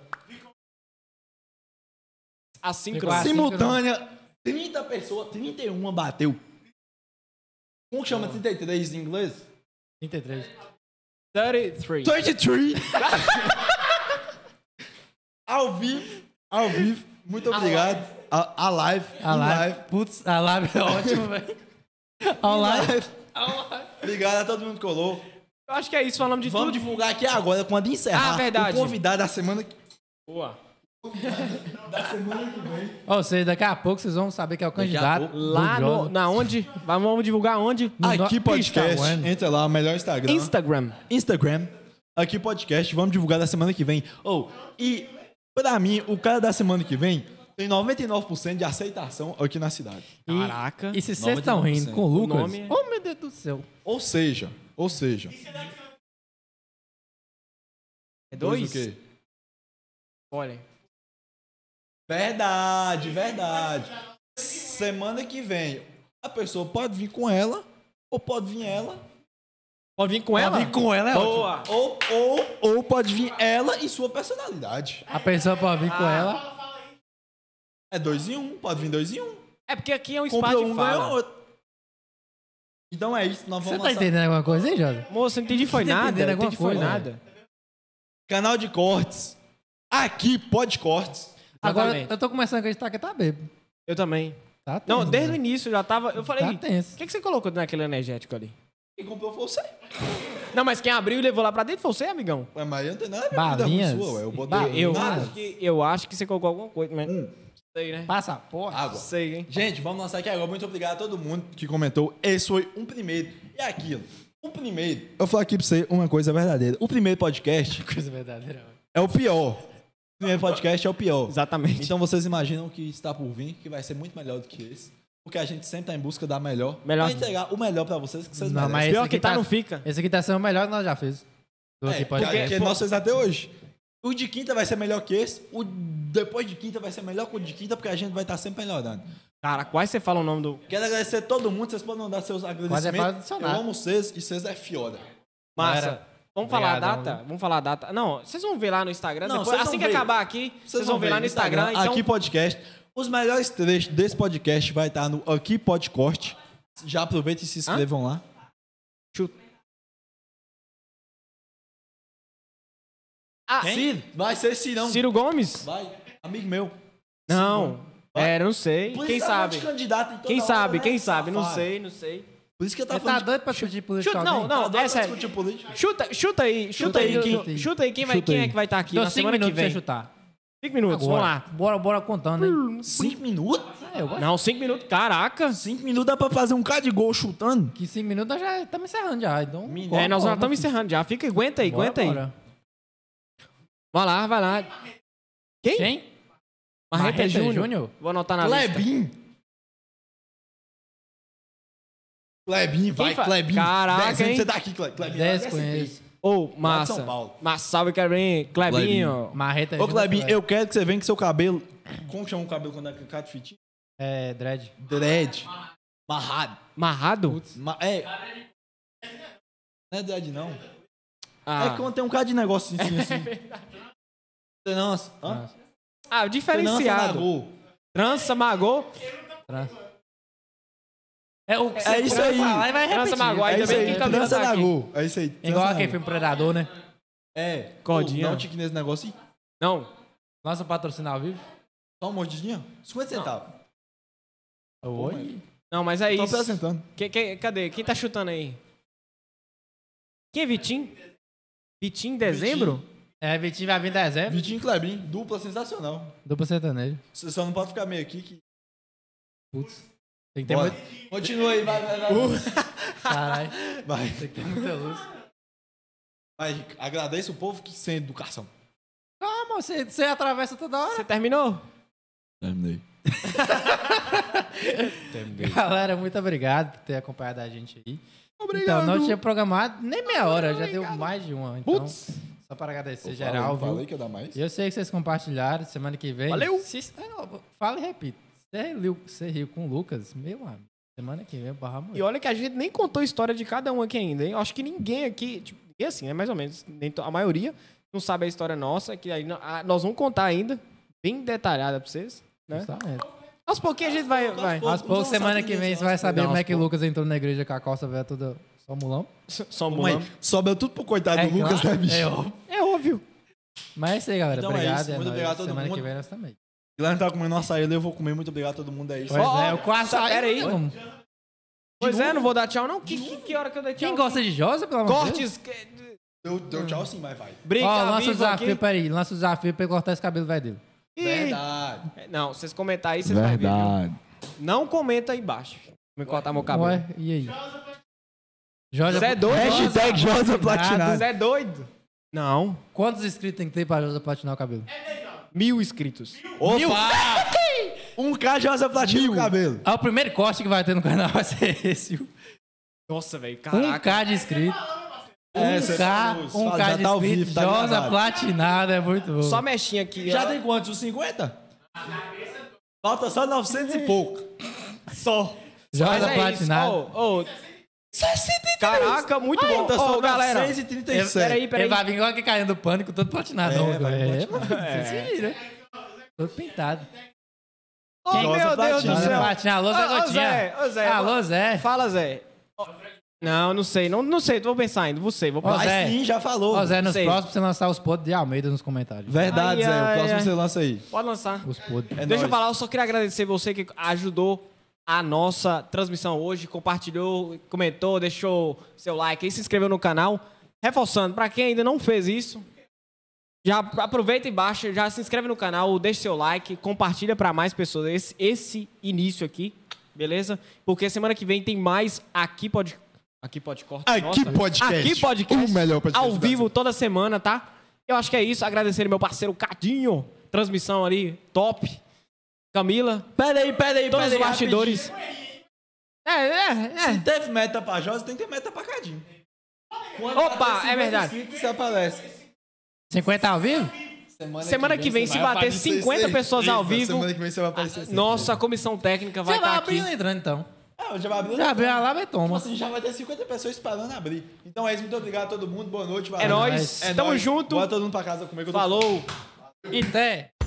Assíncrono.
Sim.
Simultânea, 30 pessoas, 31 bateu. Como que chama 33 em inglês?
33.
33.
33! ao vivo, ao vivo, muito obrigado. A, a live,
A
em
live. Putz, a live é ótimo, velho. A
em
live.
live. Obrigado a todo mundo que colou.
Eu acho que é isso, falamos de
Vamos
tudo.
divulgar aqui agora, quando encerrar,
Ah, verdade.
o convidado da semana, que-
Boa.
da semana que vem.
Ou seja, daqui a pouco vocês vão saber que é o
a
candidato.
pouco,
do
Lá no,
Josa.
na onde? Vamos divulgar onde?
No-
Aqui podcast,
Instagram.
entra lá, melhor Instagram.
Instagram.
Instagram, aqui podcast, vamos divulgar da semana que vem. Ou, e pra mim, o cara da semana que vem tem 99% de aceitação aqui na cidade.
E-
Caraca.
E se vocês estão rindo com o
O
Lucas.
nome é-
Oh, meu Deus do céu.
Ou seja, ou seja,
É dois?
dois o quê?
Olha.
Verdade, verdade. Semana que vem, a pessoa pode vir com ela, ou pode vir ela.
Pode vir com ela?
Pode vir com ela, é
Boa.
ótimo. Ou, ou, ou pode vir ela e sua personalidade.
A pessoa pode vir com
Ah,
ela.
É dois em um, pode vir dois em um.
É porque aqui é um espaço
Comprou
de
um, ganhou
fala.
outro. Então é isso, nós
Você
vamos
tá
lançar-
entendendo alguma coisa, hein, Josa?
Moça, não entendi foi
Tá
nada.
entendendo
Não
alguma
entendi foi
coisa,
nada.
Canal de cortes. Aqui, pode cortes.
Agora,
Exatamente.
eu tô começando a acreditar que tá bêbado.
Eu também.
Tá
Não,
tenso,
desde o
né?
início já tava. Eu falei.
Tá tenso.
O que, que você colocou naquele energético ali?
Quem comprou foi você.
Não, mas quem abriu e levou lá pra dentro foi você, amigão.
Ué, mas eu não tenho nada a ver
Balinhas.
com sua, ué. Eu botei
Ba-
Eu
nada.
acho que, eu acho que você colocou alguma coisa, mas.
Hum.
Sei, né?
Passa a porra. Ah,
Água.
Sei, hein?
Gente, vamos lançar aqui agora. Muito obrigado a todo mundo que comentou. Esse foi um primeiro. E aquilo, um primeiro. Eu falo aqui pra você uma coisa verdadeira. O primeiro podcast
Coisa verdadeira.
é o pior. O primeiro podcast é o pior.
Exatamente.
Então vocês imaginam o que está por vir, que vai ser muito melhor do que esse. Porque a gente sempre tá em busca da melhor.
Melhor.
Pra entregar o melhor pra vocês que vocês
Não,
merecem.
mas esse
Pior
aqui
que tá, não fica.
Esse aqui tá sendo o melhor que nós já fizemos. Do
É,
aqui
porque,
podcast.
porque nós fizemos até hoje. O de quinta vai ser melhor que esse. O depois de quinta vai ser melhor que o de quinta, porque a gente vai estar sempre melhorando.
Cara, quase você fala o nome do.
Quero agradecer a todo mundo. Vocês podem mandar seus
é falar do
agradecimentos. Eu
dicionário.
amo vocês e vocês é fioda.
Massa.
Galera,
Vamos falar a
obrigadão,
data?
viu?
Vamos falar a data. Não, vocês vão ver lá no Instagram.
Não,
depois,
vocês
assim
vão
que
ver.
acabar aqui, vocês vão ver lá no Instagram. então,
Aqui Podcast. Os melhores trechos desse podcast vai estar no Aqui Podcast. Já aproveita e se inscrevam lá.
Ah,
Ciro, vai ser Cirão.
Ciro Gomes?
Vai, amigo meu.
Não.
Vai.
É, não sei.
Por
Quem
isso tá um monte
sabe?
de candidato em toda
Quem
hora,
sabe?
né,
Quem sabe? Não
safado.
sei, não sei.
Por isso que eu
Você
tava
tá
falando. de-
doido pra discutir política?
Chuta, não,
alguém?
não,
Tá doido
é
pra
sério.
discutir política.
Chuta, chuta aí, chuta
Chuta
aí,
aí,
quem,
quem-
chuta aí quem vai,
chuta
quem
aí.
é que vai estar aqui
Deu
na
cinco
semana que
minutos pra
vem.
você chutar.
Cinco minutos,
Agora. Hum.
vamos lá.
Bora, bora contando, hein?
Cinco minutos?
É, eu acho
Não, cinco minutos, caraca.
Cinco minutos dá pra fazer um cara de gol chutando?
que cinco minutos nós já estamos encerrando já. Então,
Menino.
É, nós já estamos encerrando já. Fica, aguenta aí,
Bora,
aguenta aí.
bora.
Vai lá, vai lá. Quem?
Quem?
Marreta,
Marreta
Júnior.
Júnior?
Vou anotar na lista.
Clebin. Clebin, vai,
fa-
Clebin.
Caraca,
Dez anos
hein?
Você tá aqui, Cle- Clebin.
Dez
Lá do
conheço.
SP.
Ô,
Lá de
massa.
São Paulo.
Mas salve, Clebinho. Clebinho.
Marreta
Ô, Clebin,
Júnior.
eu quero que você venha com seu cabelo... Como chama o cabelo quando é cacado fitinho?
É, dread.
Dread. Barrado.
Marrado?
Ma- é... Não é dread, não.
Ah.
É quando tem um cara de negócio em cima, assim. Nossa. Hã?
É Nossa,
Ah, o diferenciado. Trança, magô.
tra- É, o que
É
você
isso
vai
aí.
falar e vai
Trança
repetir.
Maguai
É
Ainda
isso
bem
aí,
que o cabelo
trança
tá
na
aqui.
Gol. É isso aí. trança
Igual
na
aquele
Gol.
filme Predador, né?
É.
Codinha.
Pô, Dá um tique nesse negócio aí.
Não.
Nossa, patrocinar ao vivo.
Só uma mordidinha. 50 centavos.
Oi.
Não, mas é
Tô
isso.
apresentando.
Que- que- cadê? Quem tá chutando aí? Quem é Vitinho? Vitinho em dezembro?
É, Vitinho vai vir em dezembro.
Vitinho e Clebin, dupla sensacional.
Duplo sertanejo.
Você só não pode ficar meio aqui que.
Putz. Tem Uh. que ter
Bora.
muito...
Continua aí, vai, vai, vai. vai.
Caralho.
Vai,
Tem que ter muita luz.
vai, Rico. Agradeça o povo que sem educação.
Calma, você, você atravessa toda hora.
Você terminou?
Terminei.
Galera, muito obrigado por ter acompanhado a gente aí. Obrigado. Então, não tinha programado nem meia hora, já deu mais de uma. Então,
Putz.
só para agradecer geral, viu?
que ia dar mais.
E Eu sei que vocês compartilharam semana que vem.
Valeu.
Se- Ah, não, Fala e repito. Você riu, você riu com o Lucas, meu amigo. Semana que vem, barra muito.
E olha que a gente nem contou a história de cada um aqui ainda, hein? Eu acho que ninguém aqui, tipo, ninguém assim, né? Mais ou menos. Nem to- a maioria não sabe a história nossa, que aí no- a- nós vamos contar ainda, bem detalhada pra vocês. né?
Justamente.
Aos pouquinhos a gente vai. vai.
Pô,
Aos
não
poucos,
sabe
semana que
ninguém
vem,
não,
você vai
acho que
saber
não,
como
aos
é que o Lucas entrou na igreja com a calça velha toda só um mulão.
Só
Mãe,
mulão.
sobe tudo por coitado do Lucas,
claro,
né, bicho?
é óbvio.
É óbvio.
Mas é isso aí, galera.
Então é
obrigado.
isso, muito
nóis.
obrigado a todo
Semana que
mundo.
vem nós também.
Guilherme tá comendo uma saída, eu vou comer. Muito obrigado a todo mundo, é isso.
Pois
Ó,
é, eu quase
tá,
saí,
pera aí.
mano.
Pois é, não vou dar tchau, não. Que, que, que hora que eu dei tchau?
Quem gosta de Josa, pelo amor de
Cortes.
Deus?
que-
Deu, deu tchau sim, vai, vai.
Briga,
Ó,
oh,
lança o
vivo
desafio,
aqui.
peraí. Lança o desafio pra ele cortar esse cabelo, vai dele.
Ih,
Verdade.
Não, vocês comentar aí, vocês vão ver. viu? Não comenta aí embaixo. Me cortar meu cabelo.
Ué, e aí? Josa.
Você é doido?
Hashtag Josa
Você
Platinado.
é doido? Não.
Quantos inscritos tem que ter pra Josa platinar o cabelo?
Mil inscritos.
Opa! Um K Josa Platinado no cabelo.
Ah, o primeiro corte que vai ter no canal vai ser esse. viu?
Nossa, velho.
Um
Caraca.
K de inscrito.
É,
Um
cê
K,
falou isso.
um
Fala,
K
já
de
tá ao
inscrito.
vivo, tá
Josa
gravado.
platinada, é muito bom.
Só mexinha aqui.
Já
ó.
tem quantos? Uns 50? Falta só 900 e pouco. Só.
Mas
Josa
é
platinada.
isso. Ô, ô, Caraca, muito bom.
Falta
Ô,
só
galera.
937.
Peraí,
Ele
peraí.
vai vir igual que caindo do pânico, todo platinadão.
É, vai
velho. É,
platinado.
mano, você se vira. Todo pintado.
Ô,
Quem
meu
gosta
Deus do
platina.
Josa
céu. Ah,
platina. Alô, Zé
Ô, ô, Zé,
Gotinha.
ô, Zé.
Alô, Zé.
Fala, Zé. Ó, Não, não sei. Não, não sei. Vou pensar ainda. Vou sei. Vou
Ó,
pensar.
Zé.
Mas sim, já falou.
Ó, Zé, nos
sei.
próximos você lançar os podres de Almeida nos comentários.
Verdade,
Ai,
Zé.
ai,
o próximo
ai.
você lança aí.
Pode lançar.
Os podres.
É
Deixa eu
nóis.
falar, eu só queria agradecer você que ajudou a nossa transmissão hoje, compartilhou, comentou, deixou seu like aí, se inscreveu no canal. Reforçando, pra quem ainda não fez isso, já aproveita e baixa, já se inscreve no canal, deixa seu like, compartilha pra mais pessoas esse, esse início aqui, beleza? Porque semana que vem tem mais aqui pode aqui pode cortar.
Aqui Podcast.
Aqui podcast.
O melhor podcast
ao
do
vivo toda semana, tá? Eu acho que é isso, agradecer meu parceiro Cadinho, transmissão ali top. Camila,
Peraí, peraí,
todos os bastidores. É, é,
Se teve meta pra Josa, tem que ter meta pra Cadinho. Quando
Opa,
bater
é
50
verdade.
inscritos, Você aparece.
50 ao vivo?
Semana que vem, se
vai
bater
aparecer
50
certeza.
pessoas ao vivo, Ah,
Semana que vem você vai aparecer. certeza.
nossa comissão técnica vai
Você
estar
vai
aqui.
abrindo e entrando então.
Ah, eu já vai abrir.
Já abriu a lava e
Tipo
toma.
assim, já vai ter 50 pessoas esperando abrir. Então é isso, muito obrigado a todo mundo. Boa noite, valeu.
É nóis,
É
tamo
nóis.
junto.
Bora todo mundo pra casa comer que eu tô
Falou.
Até.